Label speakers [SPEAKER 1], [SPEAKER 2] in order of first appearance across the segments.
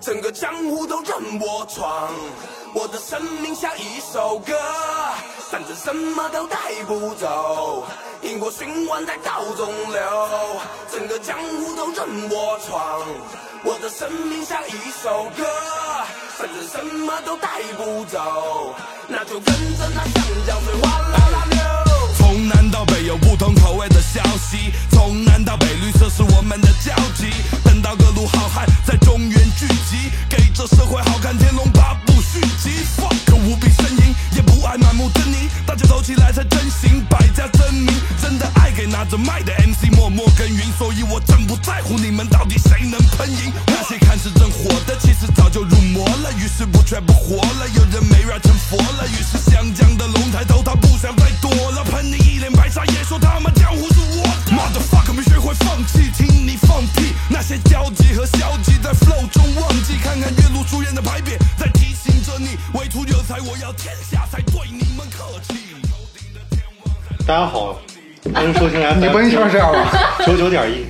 [SPEAKER 1] 整个江湖都任我闯。我的生命像一首歌，反正什么都带不走，因果循环在道中流。整个江湖都任我闯。我的生命像一首歌，反正什么都带不走，那就跟着那香蕉水哗啦啦流。
[SPEAKER 2] 从南到北有不同口味的消息，从南到北绿色是我们的交集。等到各路好汉在中原聚集，给这社会好看《天龙八部》续集。fuck 无比呻吟，也不爱满目狰狞，大家走起来才真行，百家争鸣。真的爱给拿着麦的 MC 默默耕耘，所以我真不在乎你们到底谁能喷赢。那些看似正火的，其实早就入魔了，于是不却不活了。有人没 rap 成佛了，于是湘江的龙抬头，他不想再躲了，喷你一脸白沙，也说他妈江湖是我的。motherfucker 没学会放弃，听你放屁，那些焦急和消极在 flow 中忘记，看看岳麓书院的牌匾，在提醒着你，为图惹财，我要天下才对你们客气。
[SPEAKER 3] 大家好，欢迎收听 FM
[SPEAKER 4] 你不能像这样吧？
[SPEAKER 3] 九九点一，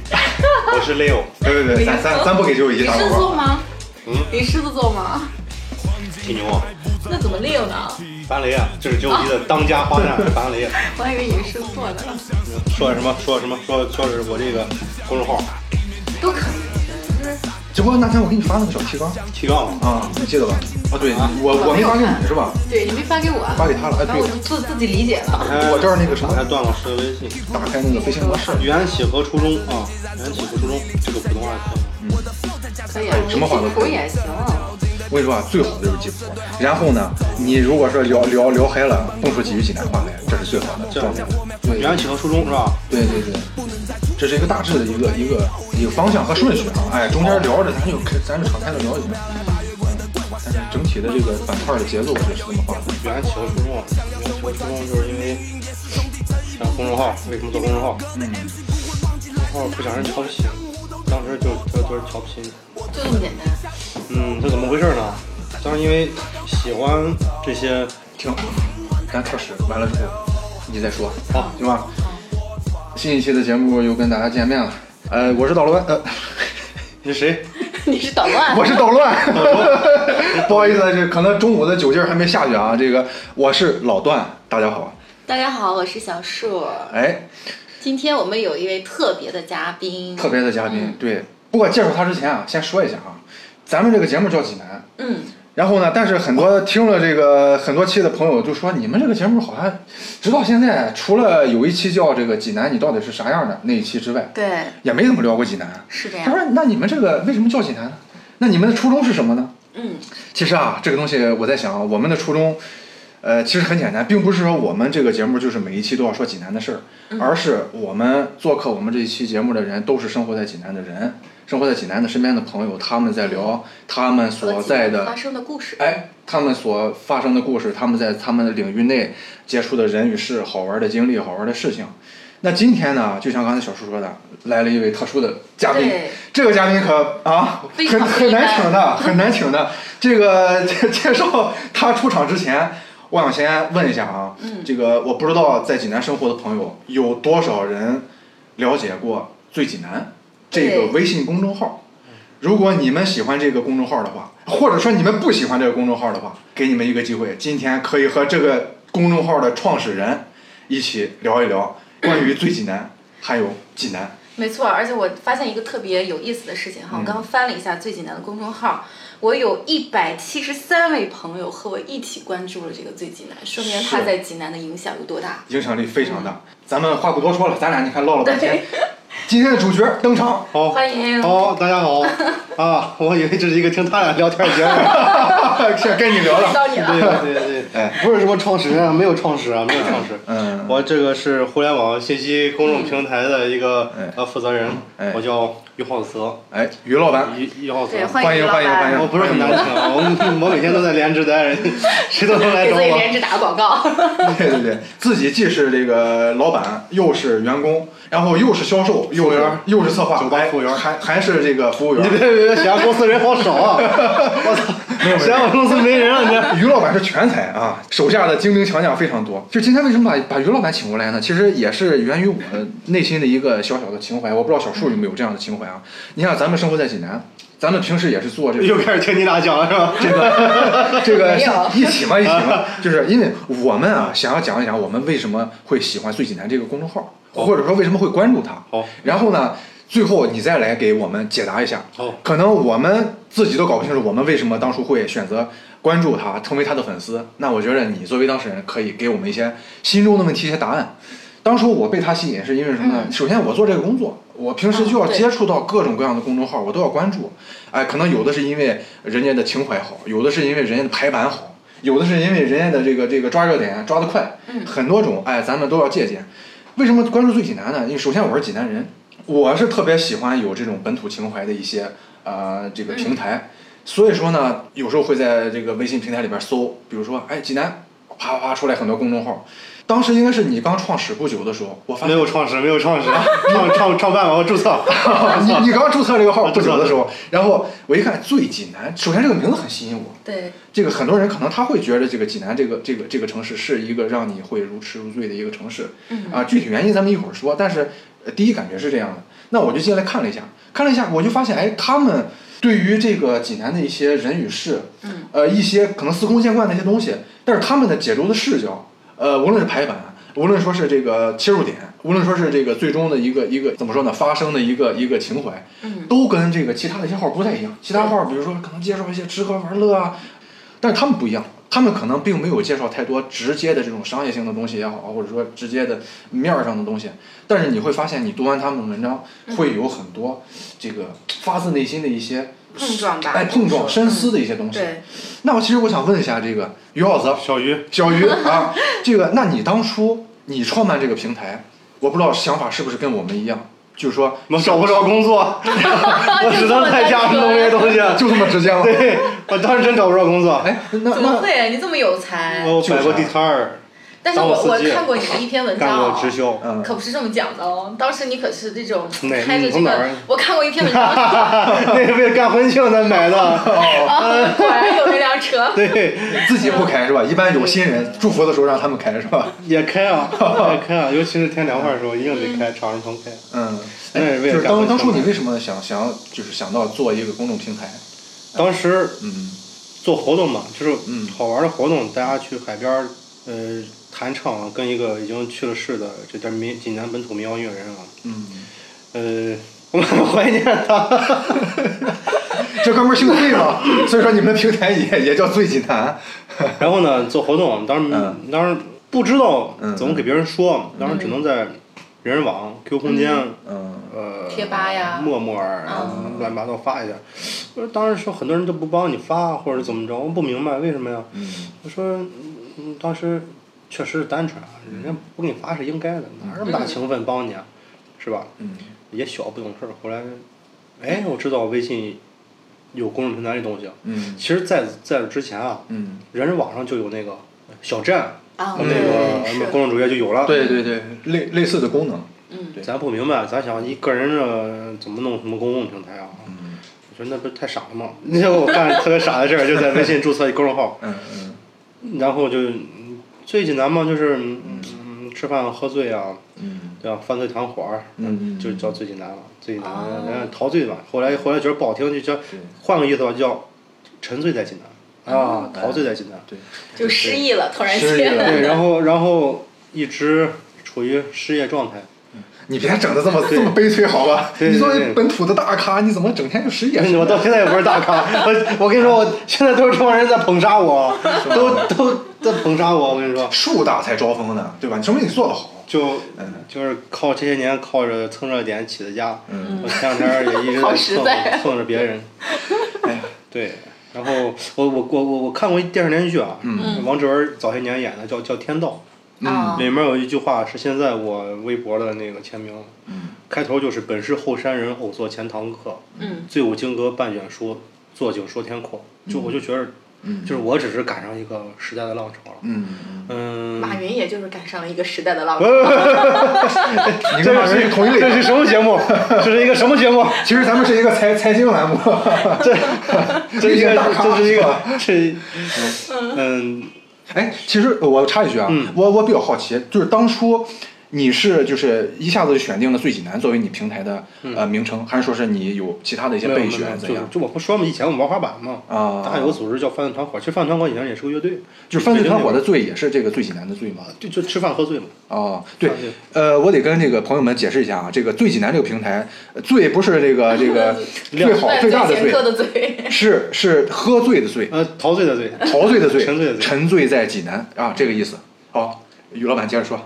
[SPEAKER 3] 我是 Leo。
[SPEAKER 4] 对对对，咱咱咱不给九九一
[SPEAKER 5] 你
[SPEAKER 4] 打
[SPEAKER 5] 狮
[SPEAKER 4] 广
[SPEAKER 5] 子座
[SPEAKER 4] 告。
[SPEAKER 5] 吗？
[SPEAKER 4] 嗯
[SPEAKER 5] 你狮子座吗？
[SPEAKER 3] 挺牛啊，
[SPEAKER 5] 那怎么 Leo 呢？
[SPEAKER 3] 芭蕾啊，这是九九一的当家花旦是芭蕾啊。
[SPEAKER 5] 我还以为你是狮子座的，
[SPEAKER 3] 说点什么？说什么？说说是我这个公众号
[SPEAKER 5] 都可以。就是
[SPEAKER 4] 只不过那天我给你发那个小提纲
[SPEAKER 3] 提纲啊，
[SPEAKER 4] 啊，你记得吧？啊，对
[SPEAKER 3] 啊
[SPEAKER 4] 我我没发给你是吧？
[SPEAKER 5] 对你没发给我，啊
[SPEAKER 4] 发给他了哎
[SPEAKER 5] 然后我
[SPEAKER 4] 对
[SPEAKER 5] 就自自己理解了。
[SPEAKER 3] 哎
[SPEAKER 4] 我这儿那个什么
[SPEAKER 3] 打开段老师的微信，
[SPEAKER 4] 打开那个飞行模式，
[SPEAKER 3] 原写和初中啊，原写和初中这个普通话课。
[SPEAKER 5] 可以啊，
[SPEAKER 4] 哎什么话都
[SPEAKER 5] 你记谱也行。
[SPEAKER 4] 我跟你说啊，最好的就是记谱。然后呢，你如果说聊聊聊嗨了，蹦出几句济南话来，这是最好的
[SPEAKER 3] 这
[SPEAKER 4] 状
[SPEAKER 3] 样
[SPEAKER 4] 态。对
[SPEAKER 3] 原写和初中是吧？
[SPEAKER 4] 对对对，这是一个大致的一个一个一个方向和顺序啊。哎，中间聊着咱就开咱就敞开的聊一聊。嗯但是整体的这个板块的节奏是这么画的。
[SPEAKER 3] 原写和初中，原写和初中就是因为像公众号，为什么做公众号？
[SPEAKER 4] 嗯，
[SPEAKER 3] 公众号不想让人瞧不起，当时就就就是瞧不起你。
[SPEAKER 5] 就这么简 单。
[SPEAKER 3] 嗯，这怎么回事呢？当时因为喜欢这些，
[SPEAKER 4] 停，咱测试完了之后，你再说，啊
[SPEAKER 3] 好
[SPEAKER 4] 行吧？新一期的节目又跟大家见面了，呃，我是捣乱，呃，
[SPEAKER 3] 你是谁？
[SPEAKER 5] 你是捣乱
[SPEAKER 4] 我是捣乱， 不好意思啊，这可能中午的酒劲儿还没下去啊。这个我是老段，大家好，
[SPEAKER 5] 大家好，我是小树。
[SPEAKER 4] 哎，
[SPEAKER 5] 今天我们有一位特别的嘉宾，
[SPEAKER 4] 特别的嘉宾，对。不过介绍他之前啊，先说一下啊，咱们这个节目叫济南，
[SPEAKER 5] 嗯，
[SPEAKER 4] 然后呢，但是很多听了这个很多期的朋友就说，你们这个节目好像直到现在，除了有一期叫这个济南你到底是啥样的那一期之外，
[SPEAKER 5] 对，
[SPEAKER 4] 也没怎么聊过济南。
[SPEAKER 5] 是这
[SPEAKER 4] 他
[SPEAKER 5] 样。
[SPEAKER 4] 说：“那你们这个为什么叫济南呢？那你们的初衷是什么呢
[SPEAKER 5] 嗯，？”
[SPEAKER 4] 其实啊，这个东西我在想啊，我们的初衷，呃，其实很简单，并不是说我们这个节目就是每一期都要说济南的事儿，
[SPEAKER 5] 嗯
[SPEAKER 4] 而是我们做客我们这一期节目的人都是生活在济南的人，生活在济南的身边的朋友，他们在聊他们所在的
[SPEAKER 5] 发生的故事。
[SPEAKER 4] 哎，他们所发生的故事，他们在他们的领域内接触的人与事、好玩的经历、好玩的事情。那今天呢，就像刚才小叔说的，来了一位特殊的嘉宾
[SPEAKER 5] 对，
[SPEAKER 4] 这个嘉宾可啊，
[SPEAKER 5] 非
[SPEAKER 4] 很
[SPEAKER 5] 常
[SPEAKER 4] 很
[SPEAKER 5] 不一般
[SPEAKER 4] 难请的，很难请的。这个 介绍他出场之前，我想先问一下啊，这个我不知道在济南生活的朋友有多少人了解过“最济南”这
[SPEAKER 5] 对
[SPEAKER 4] 个微信公众号。如果你们喜欢这个公众号的话，或者说你们不喜欢这个公众号的话，给你们一个机会，今天可以和这个公众号的创始人一起聊一聊关于最济南，还有济南。
[SPEAKER 5] 没错，而且我发现一个特别有意思的事情哈，我刚刚翻了一下最济南的公众号，我有一百七十三位朋友和我一起关注了这个最济南，说明他
[SPEAKER 4] 是
[SPEAKER 5] 在济南的影响有多大。
[SPEAKER 4] 影响力非常大。咱们话不多说了，咱俩你看唠了半天，今天的主角登场，
[SPEAKER 3] 好，
[SPEAKER 5] 欢迎
[SPEAKER 3] 好，哦大家 好啊！我以为这是一个听 他俩聊天的节目。
[SPEAKER 4] 这该你 聊了。
[SPEAKER 5] 到你
[SPEAKER 3] 对
[SPEAKER 5] 了，
[SPEAKER 3] 对对对，
[SPEAKER 4] 哎，
[SPEAKER 3] 不是什么创始人啊，没有创始啊，没有创始。
[SPEAKER 4] 嗯
[SPEAKER 3] 我这个是互联网信息公众平台的一个
[SPEAKER 4] 嗯
[SPEAKER 3] 呃负责人
[SPEAKER 4] 哎，
[SPEAKER 3] 我叫于浩泽，
[SPEAKER 4] 哎，于老板，
[SPEAKER 3] 于于浩泽
[SPEAKER 5] 对，。
[SPEAKER 4] 欢
[SPEAKER 5] 迎
[SPEAKER 4] 迎
[SPEAKER 5] 老
[SPEAKER 4] 欢迎欢迎
[SPEAKER 3] 我不是很难听 啊，我我每天都在连职待 着，谁都能来
[SPEAKER 5] 给
[SPEAKER 3] 找
[SPEAKER 5] 自己 连
[SPEAKER 3] 我。
[SPEAKER 5] 着打广告。
[SPEAKER 4] 对对对，自己既是这个老板，又是员工，然后又是销售，又
[SPEAKER 3] 服务
[SPEAKER 4] 是
[SPEAKER 3] 员
[SPEAKER 4] 又是策划，
[SPEAKER 3] 酒吧服务员
[SPEAKER 4] 哎还还是这个服务
[SPEAKER 3] 你别
[SPEAKER 4] 员。
[SPEAKER 3] 别别，想公司人好少啊！我操，谁让我公司没人啊？你
[SPEAKER 4] 于老板是全才啊，手下的精兵强将非常多。就今天为什么把把于老板请过来呢？其实也是源于我内心的一个小小的情怀。我不知道小树有没有这样的情怀啊？你像咱们生活在济南，咱们平时也是做这 个
[SPEAKER 3] 又开始听你俩讲了是吧？
[SPEAKER 4] 这个 这个
[SPEAKER 5] 没有
[SPEAKER 4] 一起嘛一起 嘛，就是因为我们啊，想要讲一讲我们为什么会喜欢最济南这个公众号，
[SPEAKER 5] 哦
[SPEAKER 4] 或者说为什么会关注它。
[SPEAKER 3] 好
[SPEAKER 4] 然后呢，最后你再来给我们解答一下。
[SPEAKER 5] 哦
[SPEAKER 3] 好
[SPEAKER 4] 可能我们自己都搞不清楚我们为什么当初会选择关注他，成为他的粉丝。那我觉得你作为当事人，可以给我们一些心中的问题一些答案。当初我被他吸引是因为什么呢？首先，我做这个工作，我平时就要
[SPEAKER 5] 嗯啊对
[SPEAKER 4] 接触到各种各样的公众号，我都要关注。哎，可能有的是因为人家的情怀好，有的是因为人家的排版好，有的是因为人家的这个这个抓热点抓得快，很多种。哎，咱们都要借鉴。为什么关注最济南呢？因为首先我是济南人，我是特别喜欢有这种本土情怀的一些呃这个平台，所以说呢，有时候会在这个微信平台里边搜，比如说哎济南，啪啪啪出来很多公众号。当时应该是你刚创始不久的时候，我发
[SPEAKER 3] 没
[SPEAKER 4] 现
[SPEAKER 3] 有创始，没有创始，创创创办完我注册。
[SPEAKER 4] 你你刚注册这个号
[SPEAKER 3] 啊
[SPEAKER 4] 不
[SPEAKER 3] 注册
[SPEAKER 4] 久的时候，然后我一看最济南，首先这个名字很吸引我，
[SPEAKER 5] 对，
[SPEAKER 4] 这个很多人可能他会觉得这个济南这个这个这个城市是一个让你会如痴如醉的一个城市，
[SPEAKER 5] 嗯
[SPEAKER 4] 啊，具体原因咱们一会儿说，但是呃第一感觉是这样的。那我就进来看了一下，看了一下，我就发现，哎，他们对于这个济南的一些人与事，
[SPEAKER 5] 嗯，
[SPEAKER 4] 呃，一些可能司空见惯的一些东西，但是他们的解读的视角，呃，无论是排版，无论说是这个切入点，无论说是这个最终的一个一个怎么说呢，发生的一个一个情怀，
[SPEAKER 5] 嗯，
[SPEAKER 4] 都跟这个其他的一些号不太一样。其他号比如说可能介绍一些吃喝玩乐啊，但是他们不一样，他们可能并没有介绍太多直接的这种商业性的东西也好，或者说直接的面儿上的东西。但是你会发现，你读完他们的文章，
[SPEAKER 5] 嗯
[SPEAKER 4] 会有很多这个发自内心的一些
[SPEAKER 5] 碰撞吧
[SPEAKER 4] 哎，碰撞、深思的一些东西。
[SPEAKER 5] 对，
[SPEAKER 4] 那我其实我想问一下这个于老子，
[SPEAKER 3] 小鱼，
[SPEAKER 4] 小于 啊，这个，那你当初你创办这个平台，我不知道想法是不是跟我们一样，就是说
[SPEAKER 3] 我找不着工 作，我只能在家弄这些东西。
[SPEAKER 4] 就这么直接吗？
[SPEAKER 3] 对，我当时真找不着工作，
[SPEAKER 4] 哎，那
[SPEAKER 5] 怎么
[SPEAKER 4] 那
[SPEAKER 5] 会？你这么有才，
[SPEAKER 3] 我摆过地摊儿，
[SPEAKER 5] 啊但是
[SPEAKER 3] 当我
[SPEAKER 5] 我我
[SPEAKER 3] 司机
[SPEAKER 5] 看过你的一篇文
[SPEAKER 3] 干
[SPEAKER 5] 章
[SPEAKER 3] 过
[SPEAKER 5] 哦，
[SPEAKER 3] 直销。
[SPEAKER 4] 嗯，
[SPEAKER 5] 可不是这么讲的哦。当时你可是这种
[SPEAKER 3] 哪
[SPEAKER 5] 开着这
[SPEAKER 3] 从哪
[SPEAKER 5] 个
[SPEAKER 3] 儿，
[SPEAKER 5] 我看过一篇文章， 说
[SPEAKER 3] 那是为了干婚庆才买的。
[SPEAKER 5] 啊果然有这 辆车。
[SPEAKER 3] 对，
[SPEAKER 4] 自己不开是吧？一般有新人祝福的时候让他们开是吧？
[SPEAKER 3] 也开啊，也开啊，尤其是天凉快的时候，一定得开，敞着篷开。
[SPEAKER 4] 嗯，
[SPEAKER 3] 那是为
[SPEAKER 4] 就
[SPEAKER 3] 了干
[SPEAKER 4] 是当
[SPEAKER 3] 婚
[SPEAKER 4] 当初你
[SPEAKER 3] 庆。
[SPEAKER 4] 为什么想想要就是想到做一个公众平台？
[SPEAKER 3] 当时
[SPEAKER 4] 嗯
[SPEAKER 3] 做活动嘛，就是
[SPEAKER 4] 嗯
[SPEAKER 3] 好玩的活动，大家去海边儿，呃，弹唱，跟一个已经去了世的这叫民济南本土民谣音乐人啊，
[SPEAKER 4] 嗯，
[SPEAKER 3] 呃， 我们很怀念他。
[SPEAKER 4] 这哥们儿姓费嘛，所以说你们平台也也叫最济南。
[SPEAKER 3] 然后呢，做活动，当时、
[SPEAKER 4] 嗯
[SPEAKER 3] 当时不知道
[SPEAKER 4] 嗯
[SPEAKER 3] 怎么给别人说，当时只能在人人网、QQ 空间、
[SPEAKER 4] 嗯
[SPEAKER 3] 呃
[SPEAKER 5] 贴吧呀
[SPEAKER 3] 陌陌儿
[SPEAKER 5] 嗯
[SPEAKER 3] 乱七八糟发一下。我说当时说很多人都不帮你发或者怎么着，我不明白为什么呀？
[SPEAKER 4] 嗯
[SPEAKER 3] 我说嗯当时确实是单纯啊，人家不给你发是应该的，哪有那么大情分帮你啊，是吧？
[SPEAKER 4] 嗯
[SPEAKER 3] 也小不懂事儿，后来哎我知道微信有公众平台这东西，
[SPEAKER 4] 嗯
[SPEAKER 3] 其实在在之前啊，
[SPEAKER 4] 嗯，
[SPEAKER 3] 人人网上就有那个小站，
[SPEAKER 5] 啊，
[SPEAKER 3] 那个
[SPEAKER 5] 对，
[SPEAKER 3] 什
[SPEAKER 5] 是
[SPEAKER 3] 么公众主页就有了。，
[SPEAKER 4] 对对对，类类似的功能。对
[SPEAKER 3] 咱不明白，咱想一个人这怎么弄什么公共平台啊？
[SPEAKER 4] 嗯
[SPEAKER 3] 我说那不是太傻了吗？那我干特别傻的事儿，就在微信注册一公众号，
[SPEAKER 4] 嗯嗯
[SPEAKER 3] 然后就嗯最济南嘛，就是嗯嗯吃饭喝醉啊，
[SPEAKER 4] 嗯
[SPEAKER 3] 对吧？犯罪团伙儿，
[SPEAKER 4] 嗯嗯
[SPEAKER 3] 就叫最济南了。最济南，
[SPEAKER 5] 哦
[SPEAKER 3] 然后陶醉吧。后来后来觉得不好听，就叫
[SPEAKER 4] 对
[SPEAKER 3] 换个意思吧，叫沉醉在济南
[SPEAKER 4] 哦
[SPEAKER 3] 啊，陶醉在济南。
[SPEAKER 4] 对，
[SPEAKER 5] 就失忆了，突然
[SPEAKER 4] 失忆了
[SPEAKER 3] 对，
[SPEAKER 5] 间。
[SPEAKER 3] 然后然后一直处于失业状态。
[SPEAKER 4] 你别整的这么这么悲催好吧？
[SPEAKER 3] 对对
[SPEAKER 4] 你作为
[SPEAKER 3] 对
[SPEAKER 4] 本土的大咖，你怎么整天就失业？
[SPEAKER 3] 我到现在也不是大咖，我我跟你说，我现在都是这帮人在捧杀我，都都在捧杀我。我跟你说，
[SPEAKER 4] 树大才招风呢，对吧？你说明你做得好。
[SPEAKER 3] 就
[SPEAKER 4] 嗯
[SPEAKER 3] 就是靠这些年靠着蹭热点起的家。
[SPEAKER 4] 嗯
[SPEAKER 3] 我前两天也一直
[SPEAKER 5] 好
[SPEAKER 3] 在
[SPEAKER 5] 实
[SPEAKER 3] 蹭
[SPEAKER 5] 在啊
[SPEAKER 3] 蹭着别人。
[SPEAKER 4] 哎呀，
[SPEAKER 3] 对，然后我我我我我看过一电视连续剧啊，
[SPEAKER 4] 嗯
[SPEAKER 3] 王志文早些年演的叫叫《天道
[SPEAKER 5] 啊》，
[SPEAKER 3] 里面有一句话是现在我微博的那个签名，
[SPEAKER 4] 嗯
[SPEAKER 3] 开头就是“本是后山人，偶作前堂客”。
[SPEAKER 5] 嗯，
[SPEAKER 3] 醉舞惊阁半卷书，坐井说天阔。就我就觉得，
[SPEAKER 4] 嗯
[SPEAKER 3] 就是我只是赶上一个时代的浪潮了。
[SPEAKER 4] 嗯嗯，
[SPEAKER 3] 嗯，
[SPEAKER 5] 马云也就是赶上了一个时代的浪潮。
[SPEAKER 4] 你跟
[SPEAKER 3] 这
[SPEAKER 4] 马
[SPEAKER 3] 是
[SPEAKER 4] 云是同一类
[SPEAKER 3] 这
[SPEAKER 4] 的。
[SPEAKER 3] 是什么节 目？这是一个什么节目？
[SPEAKER 4] 其实咱们是一个财财经栏目，
[SPEAKER 3] 这这是一
[SPEAKER 4] 一
[SPEAKER 3] 个
[SPEAKER 4] 个大
[SPEAKER 3] 这
[SPEAKER 4] 咖
[SPEAKER 3] 是一
[SPEAKER 4] 是
[SPEAKER 3] 个
[SPEAKER 4] 吧
[SPEAKER 3] 这嗯
[SPEAKER 4] 哎，其实我插一句啊，
[SPEAKER 3] 嗯
[SPEAKER 4] 我我比较好奇，就是当初你是就是一下子就选定了最济南作为你平台的呃名称，还是说是你有其他的一些
[SPEAKER 3] 嗯没有没
[SPEAKER 4] 备
[SPEAKER 3] 有没有
[SPEAKER 4] 选怎
[SPEAKER 3] 就
[SPEAKER 4] 样？
[SPEAKER 3] 就我不说嘛，以前我们玩滑板嘛，
[SPEAKER 4] 啊
[SPEAKER 3] 大有个组织叫饭团团伙，其实饭团团伙以前也是个乐队，
[SPEAKER 4] 就是犯罪团伙的罪也是这个最济南的罪吗？
[SPEAKER 3] 就就吃饭喝醉嘛。
[SPEAKER 4] 哦，对
[SPEAKER 3] 啊对，
[SPEAKER 4] 呃，我得跟这个朋友们解释一下啊，这个最济南这个平台，呃罪不是这个这个最好最大的
[SPEAKER 5] 前
[SPEAKER 4] 罪，
[SPEAKER 5] 科的罪，
[SPEAKER 4] 是是喝醉的醉，
[SPEAKER 3] 呃，陶醉的醉，
[SPEAKER 4] 陶醉的醉，
[SPEAKER 3] 沉醉的醉
[SPEAKER 4] 沉醉在济南啊，这个意思。好，于老板接着说，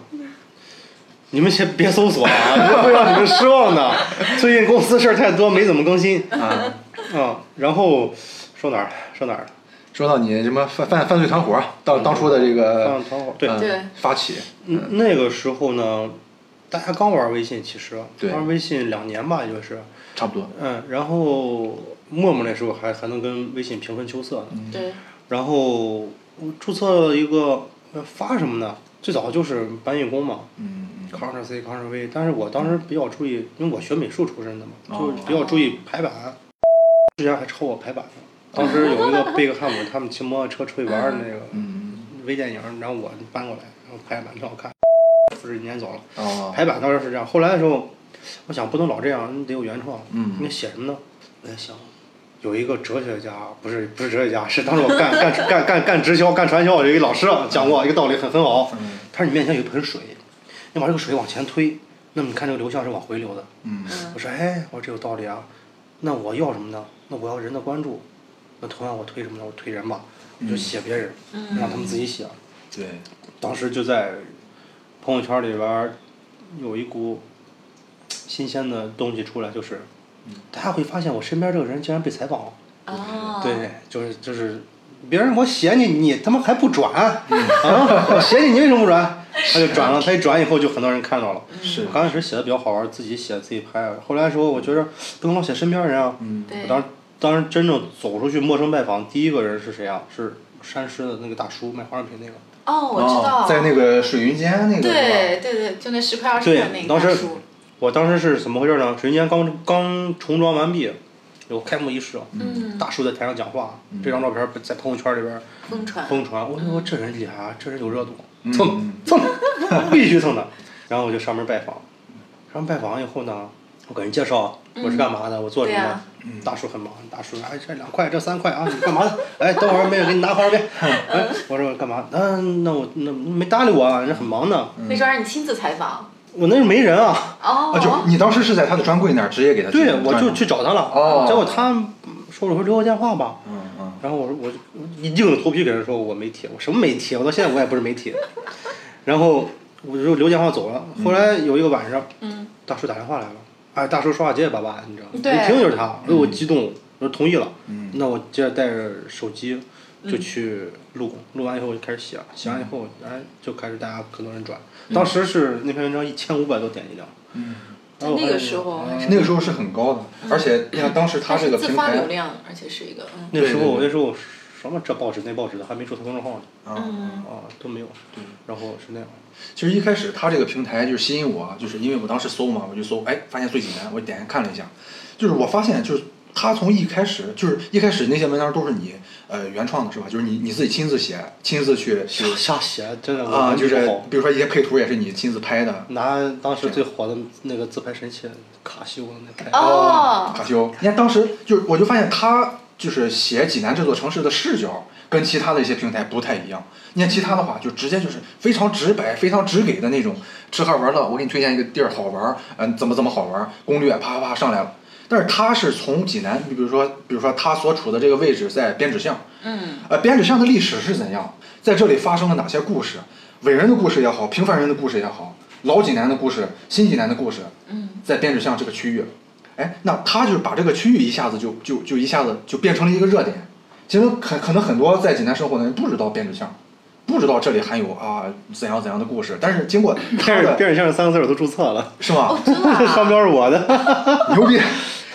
[SPEAKER 3] 你们先别搜索啊， 会让你们失望的。最近公司事儿太多，没怎么更新
[SPEAKER 4] 啊，
[SPEAKER 3] 啊。然后说哪儿了？说哪儿了？
[SPEAKER 4] 说到你什么犯犯犯罪团伙，当当初的这个
[SPEAKER 3] 饭嗯团伙对，
[SPEAKER 4] 呃
[SPEAKER 5] 对
[SPEAKER 4] 发起，
[SPEAKER 3] 嗯那个时候呢，大家刚玩微信，其实
[SPEAKER 4] 对
[SPEAKER 3] 玩微信两年吧，也就是
[SPEAKER 4] 差不多，
[SPEAKER 3] 嗯，然后陌陌那时候还还能跟微信平分秋色呢。
[SPEAKER 4] 嗯
[SPEAKER 5] 对，
[SPEAKER 3] 然后我注册了一个呃发什么呢？最早就是搬运工嘛，
[SPEAKER 4] 嗯嗯
[SPEAKER 3] c t r l C c t r l V，但是我当时比较注意，因为我学美术出身的嘛，就
[SPEAKER 4] 哦
[SPEAKER 3] 是比较注意排版。之前还抽我排版呢，
[SPEAKER 4] 哦
[SPEAKER 3] 当时有一个贝克汉姆他们骑摩托车出去玩儿的那个
[SPEAKER 4] 嗯，
[SPEAKER 3] 微电影，然后我搬过来，然后排版挺好看，不是撵走了。
[SPEAKER 4] 哦，
[SPEAKER 3] 排版当时是这样，后来的时候，我想不能老这样，你得有原创。
[SPEAKER 4] 嗯
[SPEAKER 3] 你写什么呢？我在想，有一个哲学家，不是不是哲学家，是当时我干干干干干直销、干传销，有一个老师啊讲过一个道理很很好。他说你面前有一盆水，你把这个水往前推，那么你看这个流向是往回流的。
[SPEAKER 4] 嗯
[SPEAKER 3] 我说哎，我说这有道理啊。那我要什么呢？那我要人的关注。那同样我推什么呢？我推人吧，我就写别人，让他们自己写。
[SPEAKER 4] 对，
[SPEAKER 3] 当时就在朋友圈里边儿有一股新鲜的东西出来，就是大家会发现我身边这个人竟然被采访了。
[SPEAKER 5] 哦，
[SPEAKER 3] 对，就是就是别人我写你，你他妈还不转啊？我写你，你为什么不转？他就转了，他一转以后就很多人看到了。
[SPEAKER 4] 是
[SPEAKER 3] 我
[SPEAKER 5] 嗯
[SPEAKER 3] 刚开始写的比较好玩，自己写自己拍。后来的时候，我觉着不能老写身边人啊。我
[SPEAKER 5] 对，
[SPEAKER 3] 当时当时真正走出去陌生拜访，第一个人是谁啊？是山师的那个大叔卖化妆品那个。
[SPEAKER 5] 哦，我知道，
[SPEAKER 4] 哦在那个水云间那个，
[SPEAKER 5] 对对对，就那十块二十块那
[SPEAKER 3] 对当
[SPEAKER 5] 个
[SPEAKER 3] 时
[SPEAKER 5] 大叔，
[SPEAKER 3] 我当时是怎么回事呢？水云间刚刚重装完毕，有开幕仪式，
[SPEAKER 5] 嗯，
[SPEAKER 3] 大叔在台上讲话，
[SPEAKER 4] 嗯
[SPEAKER 3] 这张照片在朋友圈里边
[SPEAKER 5] 疯传，
[SPEAKER 3] 疯传。我说这人厉害啊，这人有热度，
[SPEAKER 4] 嗯
[SPEAKER 3] 蹭蹭， 必须蹭的。然后我就上门拜访，上门拜访以后呢，我给人介绍我是干嘛的，我做什么
[SPEAKER 5] 嗯
[SPEAKER 3] 的
[SPEAKER 5] 对啊。
[SPEAKER 3] 大叔很忙，大叔哎这两块这三块啊，你干嘛的？哎，等会儿妹妹给你拿花呗。哎，我说干嘛？嗯，那我那没搭理我，啊，人很忙呢。
[SPEAKER 4] 嗯
[SPEAKER 5] 那时候让你亲自采访，
[SPEAKER 3] 我那是没人啊。
[SPEAKER 5] 哦
[SPEAKER 4] 啊，，就你当时是在他的专柜那儿直接给他寄
[SPEAKER 3] 对，
[SPEAKER 4] 的
[SPEAKER 3] 我
[SPEAKER 4] 专
[SPEAKER 3] 就
[SPEAKER 4] 柜
[SPEAKER 3] 去找他了。
[SPEAKER 4] 哦
[SPEAKER 3] 结果他说了我说留个电话吧，
[SPEAKER 4] 嗯嗯，
[SPEAKER 3] 然后我说我就硬着头皮给人说我没贴，我什么没贴，我到现在我也不是没贴。然后我就留电话走了。后来有一个晚上，
[SPEAKER 5] 嗯，
[SPEAKER 3] 大叔打电话来了，哎，大叔说话结结巴巴，你知道吗？
[SPEAKER 5] 对
[SPEAKER 3] 一听就是他，哎，我激动，我说同意了。
[SPEAKER 4] 嗯
[SPEAKER 3] 那我接着带着手机
[SPEAKER 5] 嗯
[SPEAKER 3] 就去录，录完以后我就开始写，写完以后，
[SPEAKER 4] 嗯
[SPEAKER 3] 哎，就开始大家很多人转。
[SPEAKER 5] 嗯
[SPEAKER 3] 当时是那篇文章一千五百多点击量。
[SPEAKER 4] 嗯
[SPEAKER 3] 然后我
[SPEAKER 5] 那个
[SPEAKER 3] 还
[SPEAKER 5] 时候
[SPEAKER 3] 嗯
[SPEAKER 4] 那个时候是很高的，而且你看当时他
[SPEAKER 5] 他
[SPEAKER 4] 这
[SPEAKER 5] 是
[SPEAKER 4] 个
[SPEAKER 5] 自
[SPEAKER 4] 平
[SPEAKER 5] 发
[SPEAKER 4] 台
[SPEAKER 5] 流量，而且是一个，嗯
[SPEAKER 3] 那时候
[SPEAKER 4] 对对
[SPEAKER 3] 我
[SPEAKER 4] 对
[SPEAKER 3] 那时候什么这报纸那报纸的还没注册公众号呢，
[SPEAKER 4] 啊，
[SPEAKER 5] 嗯，
[SPEAKER 3] 啊都没有。然后是那样，
[SPEAKER 4] 其实一开始他这个平台就吸引我，啊就是因为我当时搜嘛，我就搜，哎，发现最济南，我点开看了一下，就是我发现就是。他从一开始就是一开始那些文章都是你呃原创的是吧？就是你你自己亲自写，亲自去去
[SPEAKER 3] 瞎写真的我
[SPEAKER 4] 啊，
[SPEAKER 3] 文笔
[SPEAKER 4] 就是
[SPEAKER 3] 不好
[SPEAKER 4] 比如说一些配图也是你亲自拍的
[SPEAKER 3] 拿当时最火的那个自拍神器卡西欧的那台，
[SPEAKER 5] 哦，
[SPEAKER 4] 卡西欧。你看当时就是我就发现他就是写济南这座城市的视角跟其他的一些平台不太一样。你看其他的话就直接就是非常直白、非常直给的那种吃喝玩乐，我给你推荐一个地儿好玩儿，嗯、怎么怎么好玩儿，攻略啪啪啪上来了。但是他是从济南，你比如说，比如说他所处的这个位置在编指巷，
[SPEAKER 5] 嗯，
[SPEAKER 4] 呃，编指巷的历史是怎样？在这里发生了哪些故事？伟人的故事也好，平凡人的故事也好，老济南的故事、新济南的故事，
[SPEAKER 5] 嗯，
[SPEAKER 4] 在编指巷这个区域，哎，那他就是把这个区域一下子就就就一下子就变成了一个热点。其实很可能很多在济南生活的人不知道编指巷，不知道这里还有啊怎样怎样的故事，但是经过他
[SPEAKER 3] 电 影
[SPEAKER 4] 的
[SPEAKER 3] 电影像三个字我都注册了，
[SPEAKER 4] 是吗
[SPEAKER 5] 哦，？真的
[SPEAKER 3] 商
[SPEAKER 5] 啊，
[SPEAKER 3] 标是我的。
[SPEAKER 4] 牛逼！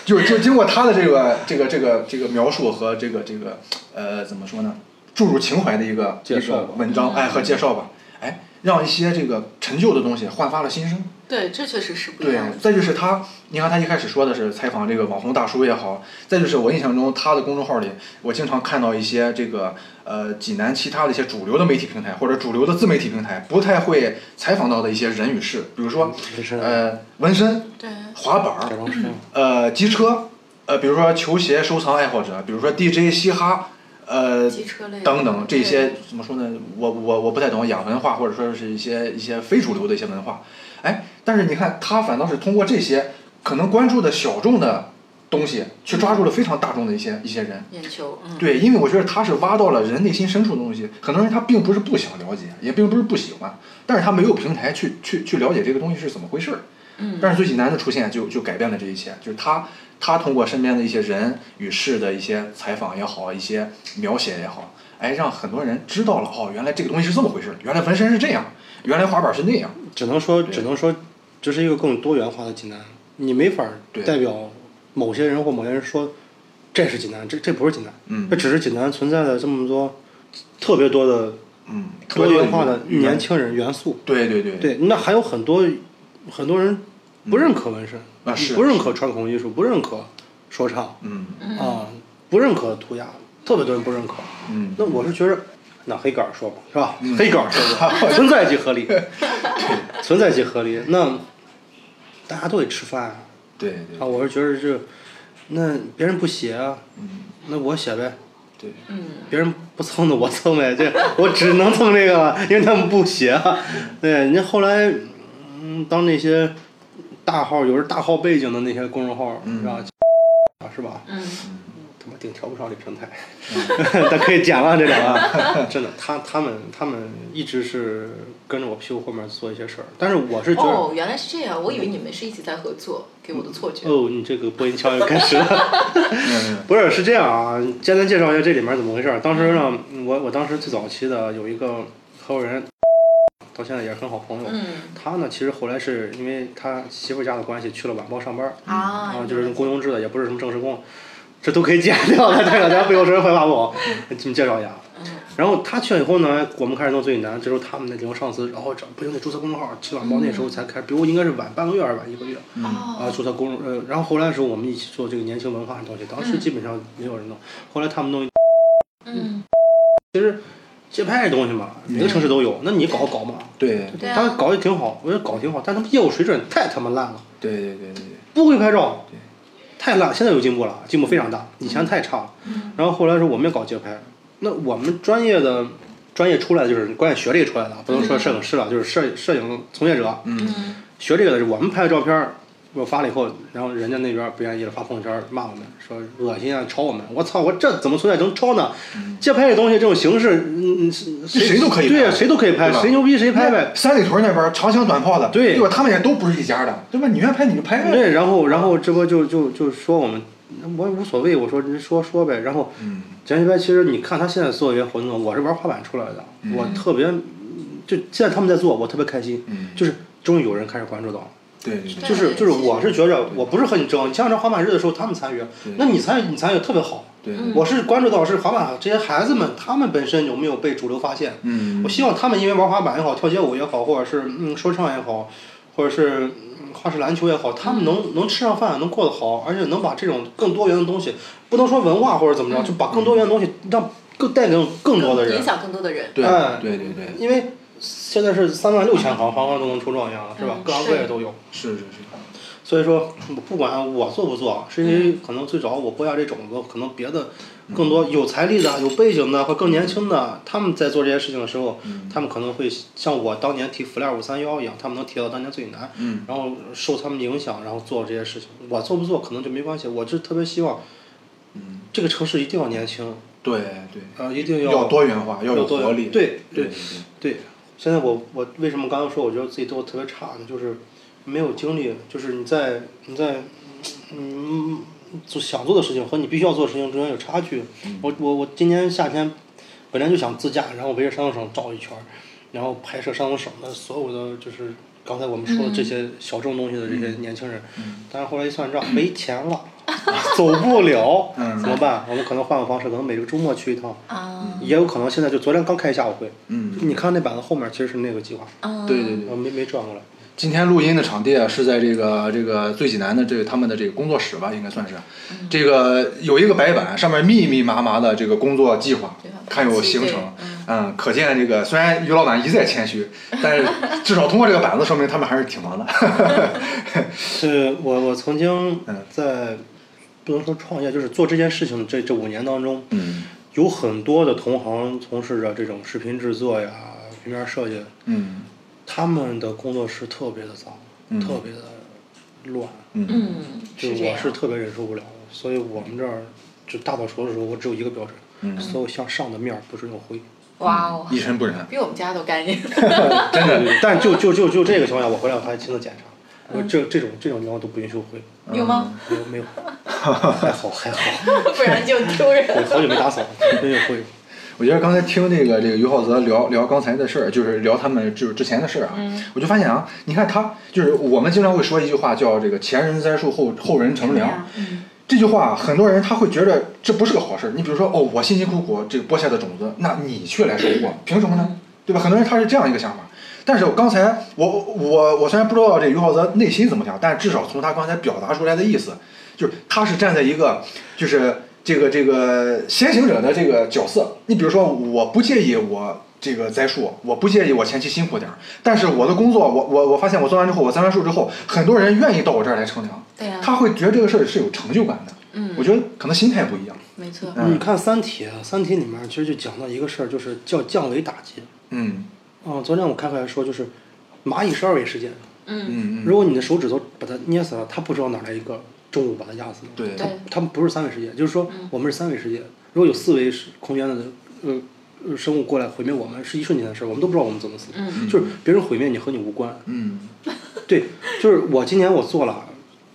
[SPEAKER 4] 就就经过他的这个这个这个这个描述和这个这个呃怎么说呢，注入情怀的一个
[SPEAKER 3] 介绍吧
[SPEAKER 4] 一个文章哎和介绍吧，哎，让一些这个陈旧的东西焕发了新生。
[SPEAKER 5] 对，这确实是不一
[SPEAKER 4] 对
[SPEAKER 5] 样，的。
[SPEAKER 4] 再就是他，你看他一开始说的是采访这个网红大叔也好，再就是我印象中他的公众号里，我经常看到一些这个呃济南其他的一些主流的媒体平台或者主流的自媒体平台不太会采访到的一些人与事，比如说
[SPEAKER 3] 嗯纹身
[SPEAKER 4] 呃纹身、
[SPEAKER 5] 对，
[SPEAKER 4] 滑板儿
[SPEAKER 3] 改、装车，
[SPEAKER 4] 呃机车，呃比如说球鞋收藏爱好者，比如说 DJ 嘻哈，呃
[SPEAKER 5] 机车类的
[SPEAKER 4] 等等这些
[SPEAKER 5] 对
[SPEAKER 4] 怎么说呢？我我我不太懂亚文化，或者说是一些一些非主流的一些文化。哎，但是你看他反倒是通过这些可能关注的小众的东西，去抓住了非常大众的一些一些人。
[SPEAKER 5] 眼球，嗯，
[SPEAKER 4] 对，因为我觉得他是挖到了人内心深处的东西。很多人他并不是不想了解，也并不是不喜欢，但是他没有平台去去去了解这个东西是怎么回事儿。嗯，但是最济南的出现就就改变了这一切，就是他他通过身边的一些人与事的一些采访也好，一些描写也好，哎，让很多人知道了哦，原来这个东西是这么回事儿，原来纹身是这样，原来滑板是那样。
[SPEAKER 3] 只能说只能说这是一个更多元化的济南，你没法儿
[SPEAKER 4] 对
[SPEAKER 3] 代表某些人或某些人说这是济南，这这不是济南，
[SPEAKER 4] 嗯
[SPEAKER 3] 这只是济南存在的这么多特别多的
[SPEAKER 4] 嗯，
[SPEAKER 3] 多元化的
[SPEAKER 4] 元
[SPEAKER 3] 年轻人元素。
[SPEAKER 4] 对对对
[SPEAKER 3] 对，那还有很多很多人不认可纹身嗯
[SPEAKER 4] 啊是
[SPEAKER 3] 不认可传统艺术，不认可说唱，
[SPEAKER 4] 嗯
[SPEAKER 3] 啊，不认可涂鸦，特别多人不认可。
[SPEAKER 4] 嗯
[SPEAKER 3] 那我是觉着，那黑杆儿说吧，是吧？黑杆儿说 吧，存在即合理，存在即合理。那大家都得吃饭啊，
[SPEAKER 4] 对对
[SPEAKER 3] 啊，我是觉得这，那别人不写啊，
[SPEAKER 4] 嗯
[SPEAKER 3] 那我写呗。
[SPEAKER 4] 对，
[SPEAKER 3] 别人不蹭的我蹭呗，这我只能蹭这个了，因为他们不写啊。对，人家后来，嗯，当那些大号，有着大号背景的那些公众号，是吧？啊是吧？
[SPEAKER 5] 嗯，
[SPEAKER 3] 他妈顶调不上这平台，但可以剪了这两个，啊真的，他他们他们一直是跟着我屁股后面做一些事儿，但是我是觉得，
[SPEAKER 5] 哦
[SPEAKER 3] 哦，
[SPEAKER 5] 原来是这样，我以为你们是一起在合作，给我的错觉。
[SPEAKER 3] 哦你这个播音腔又开始了，
[SPEAKER 4] 嗯
[SPEAKER 3] 不是是这样啊，简单介绍一下这里面怎么回事儿。当时呢，嗯我我当时最早期的有一个合伙人，到现在也是很好朋友，
[SPEAKER 5] 嗯
[SPEAKER 3] 他呢其实后来是因为他媳妇家的关系去了晚报上班儿，
[SPEAKER 5] 啊
[SPEAKER 3] 啊，就是雇佣制的，也不是什么正式工，这都可以剪掉的，这个咱不由人会发 我，你们介绍一下。啊
[SPEAKER 5] 嗯
[SPEAKER 3] 然后他去了以后呢，我们开始弄最难，这时候他们的领导上司，然后这不行得注册公众号，去晚报那时候才开始，比如应该是晚半个月还是晚一个月啊
[SPEAKER 5] 嗯哦，
[SPEAKER 3] 注册公众，呃，然后后来的时候我们一起做这个年轻文化的东西，当时基本上没有人弄，后来他们弄一
[SPEAKER 5] 嗯，
[SPEAKER 3] 其实街拍这东西嘛，每个城市都有，那你搞搞嘛，
[SPEAKER 4] 对
[SPEAKER 5] 对
[SPEAKER 3] 他
[SPEAKER 5] 啊，
[SPEAKER 3] 搞得挺好，我觉得搞得挺好，但他们业务水准太他妈烂了。
[SPEAKER 4] 对对对对对，
[SPEAKER 3] 不会拍照，太烂，现在有进步了，进步非常大，以前太差了。
[SPEAKER 5] 嗯
[SPEAKER 3] 然后后来说我们也搞街拍，那我们专业的专业出来的就是关键学这个出来的，不能说摄影师了，就是摄摄影从业者，
[SPEAKER 5] 嗯
[SPEAKER 3] 学这个的，我们拍的照片儿，我发了以后，然后人家那边不愿意了，发朋友圈骂我们，说恶心啊，抄我们，我操，我这怎么存在能抄呢？
[SPEAKER 5] 嗯
[SPEAKER 3] 街拍这东西这种形式，嗯，嗯谁
[SPEAKER 4] 谁都可以
[SPEAKER 3] 对呀，
[SPEAKER 4] 拍
[SPEAKER 3] 谁都可以拍，
[SPEAKER 4] 对吧
[SPEAKER 3] 谁牛逼谁拍呗。
[SPEAKER 4] 三里屯那边长枪短炮的，
[SPEAKER 3] 对
[SPEAKER 4] 吧？他们也都不是一家的，对吧？你愿意拍你就拍 呗。
[SPEAKER 3] 对，然后然后这不就就就说我们，我也无所谓，我说您说说呗。然后
[SPEAKER 4] 嗯，
[SPEAKER 3] 简一拍，其实你看他现在做的一些活动，我是玩滑板出来的，我特别就现在他们在做，我特别开心，
[SPEAKER 4] 嗯
[SPEAKER 3] 就是终于有人开始关注到了。
[SPEAKER 4] 对对对
[SPEAKER 5] 对
[SPEAKER 3] 就是就是，
[SPEAKER 5] 其实
[SPEAKER 3] 我是觉着我不是和你争，前两天滑板日的时候他们参与，那你参与你参与特别好，
[SPEAKER 4] 对，
[SPEAKER 5] 嗯
[SPEAKER 3] 我是关注到是滑板这些孩子们，他们本身有没有被主流发现？
[SPEAKER 4] 嗯
[SPEAKER 3] 我希望他们因为玩滑板也好，跳街舞也好，或者是嗯说唱也好，或者是嗯花式篮球也好，他们
[SPEAKER 5] 嗯
[SPEAKER 3] 能能吃上饭，能过得好，而且能把这种更多元的东西，不能说文化或者怎么着，就把更多元的东西让更带给更多的人
[SPEAKER 5] 影。响嗯更多的人。
[SPEAKER 4] 对
[SPEAKER 3] 哎
[SPEAKER 4] 对对对，
[SPEAKER 3] 因为现在是三万六千行，行行都能出状元了，是吧
[SPEAKER 5] 嗯？
[SPEAKER 3] 各行各业都有。
[SPEAKER 4] 是是是，
[SPEAKER 3] 所以说，我不管我做不做，是因
[SPEAKER 4] 嗯
[SPEAKER 3] 为可能最早我播下这种子，可能别的更多有财力的、有背景的和更年轻的，他们在做这些事情的时候，
[SPEAKER 4] 嗯
[SPEAKER 3] 他们可能会像我当年提 Flair 五三幺一样，他们能提到当年最难，
[SPEAKER 4] 嗯
[SPEAKER 3] 然后受他们影响，然后做这些事情。我做不做可能就没关系，我就特别希望
[SPEAKER 4] 嗯，
[SPEAKER 3] 这个城市一定要年轻，
[SPEAKER 4] 对对，
[SPEAKER 3] 呃，一定
[SPEAKER 4] 要多元化，要有
[SPEAKER 3] 要多
[SPEAKER 4] 活力。嗯
[SPEAKER 3] 对
[SPEAKER 4] 对
[SPEAKER 3] 对对，现在我我为什么刚刚说我觉得自己做的特别差呢？就是没有精力，就是你在你在嗯做想做的事情和你必须要做的事情中间有差距。
[SPEAKER 4] 嗯
[SPEAKER 3] 我我我今年夏天本来就想自驾，然后围着山东省绕一圈儿，然后拍摄山东省的所有的就是刚才我们说的这些小众东西的这
[SPEAKER 4] 嗯
[SPEAKER 3] 些年轻人，但是后来一算账没钱了，走不了，
[SPEAKER 4] 嗯
[SPEAKER 3] 怎么办？我们可能换个方式，可能每个周末去一趟。
[SPEAKER 5] 啊
[SPEAKER 3] 也有可能现在就昨天刚开一下午会，
[SPEAKER 4] 嗯，
[SPEAKER 3] 你看那板子后面其实是那个计划，
[SPEAKER 5] 嗯，
[SPEAKER 4] 对对对
[SPEAKER 3] 我，没没转过来，
[SPEAKER 4] 今天录音的场地啊是在这个这个最济南的这个他们的这个工作室吧，应该算是。
[SPEAKER 5] 嗯
[SPEAKER 4] 这个有一个白板，上面密密麻麻的这个工作计划
[SPEAKER 5] 对吧，
[SPEAKER 4] 看有行程。嗯，可见这个虽然于老板一再谦虚，但是至少通过这个板子说明他们还是挺忙的。
[SPEAKER 3] 是我我曾经
[SPEAKER 4] 嗯
[SPEAKER 3] 在不能说创业，就是做这件事情这这五年当中，
[SPEAKER 4] 嗯
[SPEAKER 3] 有很多的同行从事着这种视频制作呀、平面设计，
[SPEAKER 4] 嗯
[SPEAKER 3] 他们的工作室特别的脏，
[SPEAKER 4] 嗯
[SPEAKER 3] 特别的乱，
[SPEAKER 4] 嗯
[SPEAKER 5] 嗯，
[SPEAKER 3] 就是
[SPEAKER 5] 这
[SPEAKER 3] 我
[SPEAKER 5] 样。
[SPEAKER 3] 是特别忍受不了的。所以我们这儿就大扫除的时候，我只有一个标准，
[SPEAKER 4] 嗯
[SPEAKER 3] 所有向上的面儿不准有灰。
[SPEAKER 5] 哇哦，
[SPEAKER 4] 一尘不染，
[SPEAKER 5] 比我们家都干净。
[SPEAKER 4] 真的。
[SPEAKER 3] 嗯但就就就就这个情况下，我回来我还亲自检查，我说
[SPEAKER 4] 嗯
[SPEAKER 3] 这这种这种地方都不允许有灰，
[SPEAKER 5] 有吗？
[SPEAKER 3] 没有 没有，还好还好，
[SPEAKER 5] 不然就丢
[SPEAKER 3] 我
[SPEAKER 5] 人。
[SPEAKER 3] 好久没打扫了，没有灰。
[SPEAKER 4] 我觉得刚才听这个这个于浩泽聊聊刚才的事儿，就是聊他们就是之前的事儿啊，
[SPEAKER 5] 嗯
[SPEAKER 4] 我就发现啊，你看他就是我们经常会说一句话叫这个前人栽树后后人乘凉，这句话很多人他会觉得这不是个好事儿。你比如说哦，我辛辛苦苦这个播下的种子，那你却来收获，凭什么呢？对吧？很多人他是这样一个想法。但是我刚才我我我虽然不知道这于浩泽内心怎么想，但至少从他刚才表达出来的意思，就是他是站在一个就是这个这个先行者的这个角色。你比如说，我不介意我这个栽树，我不介意我前期辛苦点儿，但是我的工作，我我我发现我做完之后，我栽完树之后，很多人愿意到我这儿来乘凉，
[SPEAKER 5] 对呀、
[SPEAKER 4] 他会觉得这个事儿是有成就感的。
[SPEAKER 5] 嗯
[SPEAKER 4] 我觉得可能心态不一样。
[SPEAKER 5] 没错。
[SPEAKER 4] 嗯
[SPEAKER 3] 你看《三体》，《三体》里面其实就讲到一个事儿，就是叫降维打击。
[SPEAKER 4] 嗯
[SPEAKER 3] 嗯，昨天我看回来说，就是蚂蚁十二维事件，
[SPEAKER 5] 嗯，
[SPEAKER 4] 嗯
[SPEAKER 3] 如果你的手指头把它捏死了，它不知道哪来一个重物把它压死了。
[SPEAKER 4] 对
[SPEAKER 5] 对，
[SPEAKER 3] 它们不是三维世界，就是说我们是三维世界。如果有四维是空间的呃呃生物过来毁灭我们，是一瞬间的事儿，我们都不知道我们怎么死。
[SPEAKER 5] 嗯
[SPEAKER 3] 就是别人毁灭你和你无关。
[SPEAKER 4] 嗯
[SPEAKER 3] 对，就是我今年我做了，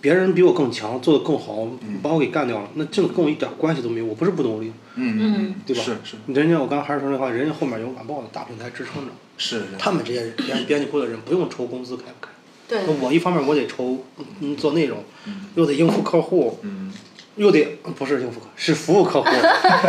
[SPEAKER 3] 别人比我更强，做的更好，把我给干掉了，那这个跟我一点关系都没有，我不是不努力，
[SPEAKER 4] 嗯嗯，
[SPEAKER 3] 对吧？
[SPEAKER 4] 是是
[SPEAKER 3] 人家我刚才还是说那话，人家后面有晚报的大平台支撑着，
[SPEAKER 4] 是是，
[SPEAKER 3] 他们这些人编编辑部的人不用愁工资开不开。
[SPEAKER 5] 对，
[SPEAKER 4] 嗯
[SPEAKER 3] 我一方面我得愁，嗯，做内容，又得应付客户，
[SPEAKER 4] 嗯
[SPEAKER 3] 又得呃不是应付客，是服务客户，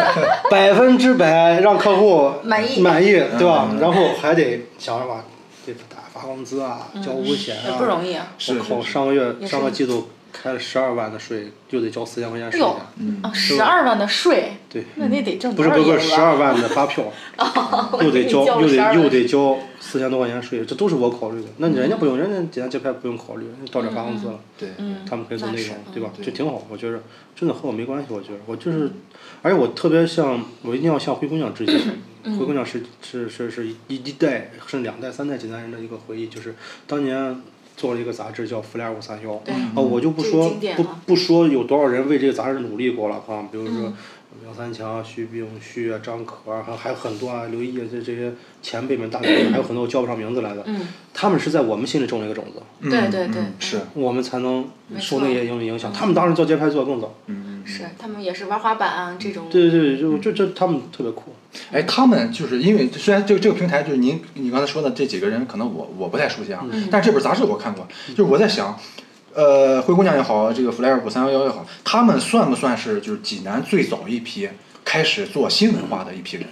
[SPEAKER 3] 百分之百让客户
[SPEAKER 5] 满意
[SPEAKER 3] 满意，对吧？
[SPEAKER 4] 嗯
[SPEAKER 3] 然后还得想办法对打发工资啊，交五险
[SPEAKER 5] 嗯也
[SPEAKER 3] 啊，
[SPEAKER 5] 不容易啊。
[SPEAKER 4] 是
[SPEAKER 3] 我靠，
[SPEAKER 4] 是是
[SPEAKER 3] 上个
[SPEAKER 5] 也
[SPEAKER 3] 月
[SPEAKER 5] 是
[SPEAKER 3] 上个季度开了十二万的税，又得交四千块钱税
[SPEAKER 5] 哟
[SPEAKER 3] 钱。
[SPEAKER 4] 嗯
[SPEAKER 5] 啊，十二万的税，
[SPEAKER 3] 对，
[SPEAKER 5] 那你得挣
[SPEAKER 3] 不
[SPEAKER 5] 多
[SPEAKER 3] 是不是不
[SPEAKER 5] 少
[SPEAKER 3] 是
[SPEAKER 5] 油
[SPEAKER 3] 十
[SPEAKER 5] 啊
[SPEAKER 3] 二万的发票，
[SPEAKER 5] 哦
[SPEAKER 3] 又得交又得又得交四千多块钱税，这都是我考虑的。那人家不用，人家简单节拍不用考虑，人家到这发工
[SPEAKER 5] 嗯
[SPEAKER 3] 资了，
[SPEAKER 4] 对，
[SPEAKER 3] 他们可以做内容，对吧？
[SPEAKER 4] 对
[SPEAKER 3] 这挺好，我觉着真的和我没关系。我觉得我
[SPEAKER 5] 嗯
[SPEAKER 3] 就是，而且我特别像，我一定要向灰姑娘致敬。
[SPEAKER 5] 嗯
[SPEAKER 3] 灰姑娘是是是是一一代甚至两代三代济南人的一个回忆，就是当年做了一个杂志叫《福莱尔五三幺》，啊，我就不
[SPEAKER 5] 这个
[SPEAKER 3] 说
[SPEAKER 5] 经典啊
[SPEAKER 3] 不
[SPEAKER 5] 了
[SPEAKER 3] 不说有多少人为这个杂志努力过了哈，比如
[SPEAKER 5] 嗯
[SPEAKER 3] 说梁三强、徐炳旭啊、张可啊，还还有很多啊，刘毅啊，这这些前辈们、大前辈们，还有很多我叫不上名字来的，
[SPEAKER 5] 嗯
[SPEAKER 3] 他们是在我们心里种了一个种子，
[SPEAKER 4] 嗯
[SPEAKER 5] 对对对
[SPEAKER 4] 嗯是，
[SPEAKER 3] 我们才能
[SPEAKER 5] 没
[SPEAKER 3] 受
[SPEAKER 5] 错
[SPEAKER 3] 那些影影响。他们当时做节拍做的更早，
[SPEAKER 4] 嗯，嗯
[SPEAKER 5] 是他们也是玩滑板啊这种，
[SPEAKER 3] 对对对，就就就他们特别酷，
[SPEAKER 4] 哎，他们就是因为虽然这个这个平台就是您你刚才说的这几个人，可能我我不太熟悉啊，
[SPEAKER 3] 嗯
[SPEAKER 4] 但是这本杂志我看过，就是我在想，呃，灰姑娘也好，这个 Flyer 五三幺幺也好，他们算不算是就是济南最早一批开始做新文化的一批人？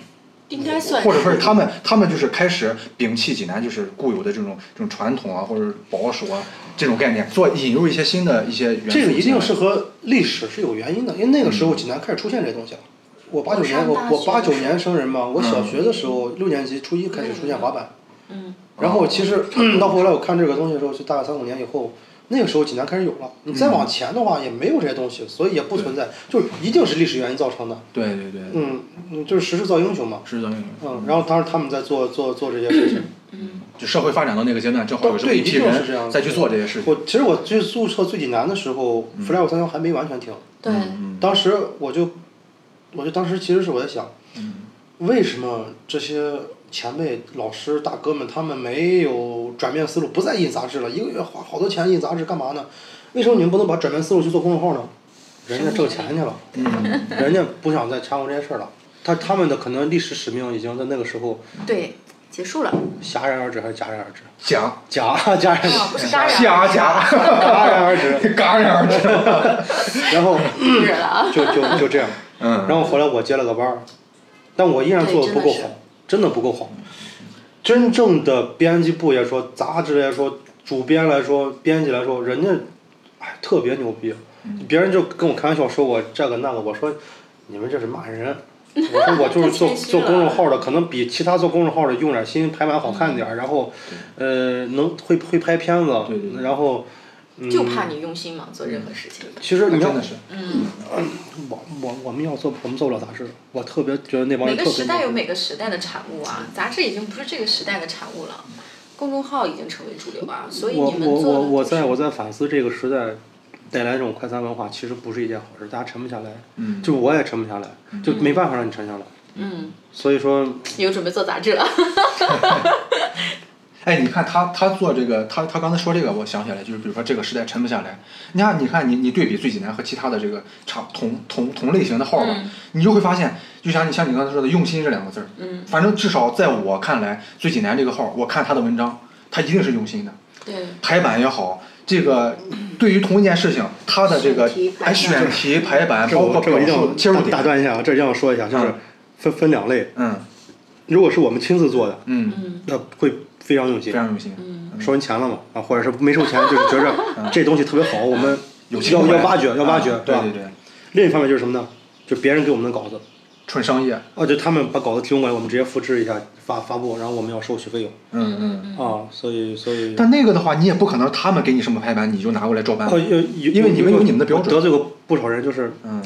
[SPEAKER 5] 应该算
[SPEAKER 4] 或者说是他们，他们就是开始摒弃济南就是固有的这种这种传统啊，或者是保守啊这种概念，做引入一些新的一些元素
[SPEAKER 3] 这
[SPEAKER 4] 进来。
[SPEAKER 3] 个一定是和历史是有原因的，因为那个时候济南开始出现这东西了。我八九年，我
[SPEAKER 5] 上大学
[SPEAKER 3] 我八
[SPEAKER 5] 的时
[SPEAKER 3] 九
[SPEAKER 5] 候
[SPEAKER 3] 年生人嘛，我小学的时候六年级初一开始出现滑板，
[SPEAKER 5] 嗯
[SPEAKER 3] 然后其实 到后来我看这个东西的时候，就大概三五年以后，那个时候济南开始有了。你再往前的话也没有这些东西，所以也不存
[SPEAKER 5] 嗯
[SPEAKER 3] 在，就是一定是历史原因造成的。
[SPEAKER 4] 对对对，
[SPEAKER 3] 嗯，嗯就是时势造英雄嘛。
[SPEAKER 4] 是的，
[SPEAKER 3] 嗯，然后当时他们在做做做这些事情。
[SPEAKER 4] 就社会发展到那个阶段，正好有这么
[SPEAKER 3] 对
[SPEAKER 4] 一批
[SPEAKER 3] 一定是这样
[SPEAKER 4] 人
[SPEAKER 3] 子
[SPEAKER 4] 再去做这些事情。
[SPEAKER 3] 我其实我最注册最济南的时候，Fly 五三幺还没完全停，
[SPEAKER 5] 对，
[SPEAKER 4] 嗯
[SPEAKER 3] 当时我就，我就当时其实是我在想，
[SPEAKER 4] 嗯
[SPEAKER 3] 为什么这些前辈、老师、大哥们他们没有转变思路，不再印杂志了？一个月花好多钱印杂志干嘛呢？为什么你们不能把转变思路去做公众号呢？人家挣钱去了，
[SPEAKER 4] 嗯
[SPEAKER 3] 人家不想再掺和这些事儿了。他他们的可能历史使命已经在那个时候
[SPEAKER 5] 对，结束了，
[SPEAKER 3] 戛然而止，还是戛然而止？
[SPEAKER 4] 讲
[SPEAKER 3] 戛戛然而
[SPEAKER 5] 啊不
[SPEAKER 3] 止，
[SPEAKER 5] 是戛然，
[SPEAKER 4] 下夹，
[SPEAKER 3] 戛然而止。
[SPEAKER 4] 戛然而止。
[SPEAKER 3] 然后
[SPEAKER 5] 不是了啊，
[SPEAKER 3] 就就就这样。
[SPEAKER 4] 嗯
[SPEAKER 3] 然后后来我接了个班儿，但我依然做得不够好
[SPEAKER 5] 对，
[SPEAKER 3] 真的不够好。真正的编辑部也说，杂志来说，主编来说，编辑来说，人家哎特别牛逼，
[SPEAKER 5] 嗯
[SPEAKER 3] 别人就跟我开玩笑说我这个那个，我说你们这是骂 人。我说我就是做
[SPEAKER 5] 太谦虚
[SPEAKER 3] 做
[SPEAKER 5] 了
[SPEAKER 3] 公众号的，可能比其他做公众号的用点心，排版好看
[SPEAKER 5] 嗯
[SPEAKER 3] 点儿，然后，呃，能会会拍片子
[SPEAKER 4] 对对，对
[SPEAKER 3] 然后，嗯，
[SPEAKER 5] 就怕你用心嘛，做任何事情。
[SPEAKER 3] 其实你要
[SPEAKER 4] 真的是，
[SPEAKER 3] 我我我们要做我们做不了杂志，我特别觉得那帮人
[SPEAKER 5] 每 个
[SPEAKER 3] 特
[SPEAKER 5] 时
[SPEAKER 3] 别
[SPEAKER 5] 代有
[SPEAKER 3] 牛逼。
[SPEAKER 5] 每个时代的产物啊，杂志已经不是这个时代的产物了，公众号已经成为主流啊，所以
[SPEAKER 3] 我
[SPEAKER 5] 你们
[SPEAKER 3] 我
[SPEAKER 5] 做的
[SPEAKER 3] 我我
[SPEAKER 5] 就是
[SPEAKER 3] 在我在反思这个时代带来这种快餐文化，其实不是一件好事，大家沉不下来，
[SPEAKER 4] 嗯，
[SPEAKER 3] 就我也沉不下来，就没办法让你沉下来。
[SPEAKER 5] 嗯，
[SPEAKER 3] 所以说，
[SPEAKER 5] 有准备做杂志了，
[SPEAKER 4] 哎，你看他他做这个，他他刚才说这个，我想起来，就是比如说这个时代沉不下来。你看，你看你你对比最济南和其他的这个差同同同类型的号吧，
[SPEAKER 5] 嗯
[SPEAKER 4] 你就会发现，就像你像你刚才说的“用心”这两个字儿，
[SPEAKER 5] 嗯，
[SPEAKER 4] 反正至少在我看来，最济南这个号，我看他的文章，他一定是用心的，
[SPEAKER 5] 对，
[SPEAKER 4] 排版也好。这个对于同一件事情，他的这个
[SPEAKER 5] 嗯选题排版
[SPEAKER 4] 哎选题排版，
[SPEAKER 3] 这
[SPEAKER 4] 包
[SPEAKER 3] 我
[SPEAKER 4] 括
[SPEAKER 3] 这我
[SPEAKER 4] 表
[SPEAKER 3] 一定要
[SPEAKER 4] 述切入
[SPEAKER 3] 打
[SPEAKER 4] 点，
[SPEAKER 3] 断一下，这一定要说一下，就是
[SPEAKER 4] 嗯
[SPEAKER 3] 分分两类，
[SPEAKER 4] 嗯
[SPEAKER 3] 如果是我们亲自做的，
[SPEAKER 4] 嗯，
[SPEAKER 5] 嗯
[SPEAKER 3] 那会非常用
[SPEAKER 4] 非
[SPEAKER 3] 心，
[SPEAKER 4] 常用心，
[SPEAKER 3] 收人钱了嘛啊，或者是没收 钱，就是觉着这东西特别好，我们
[SPEAKER 4] 嗯有情
[SPEAKER 3] 要
[SPEAKER 4] 怀
[SPEAKER 3] 要挖掘，要挖掘
[SPEAKER 4] 啊，
[SPEAKER 3] 是
[SPEAKER 4] 对
[SPEAKER 3] 吧
[SPEAKER 4] 对？对，
[SPEAKER 3] 另一方面就是什么呢？就别人给我们的稿子，
[SPEAKER 4] 纯商业，
[SPEAKER 3] 啊，就他们把稿子提供过来，我们直接复制一下发发布，然后我们要收取费用
[SPEAKER 4] 嗯嗯。
[SPEAKER 3] 啊，所以所以
[SPEAKER 4] 但那个的话，你也不可能他们给你什么排版，你就拿过来照搬
[SPEAKER 3] 哦。有有，
[SPEAKER 4] 因为你们有你们的标准
[SPEAKER 3] 我得罪过不少人，就是
[SPEAKER 4] 嗯，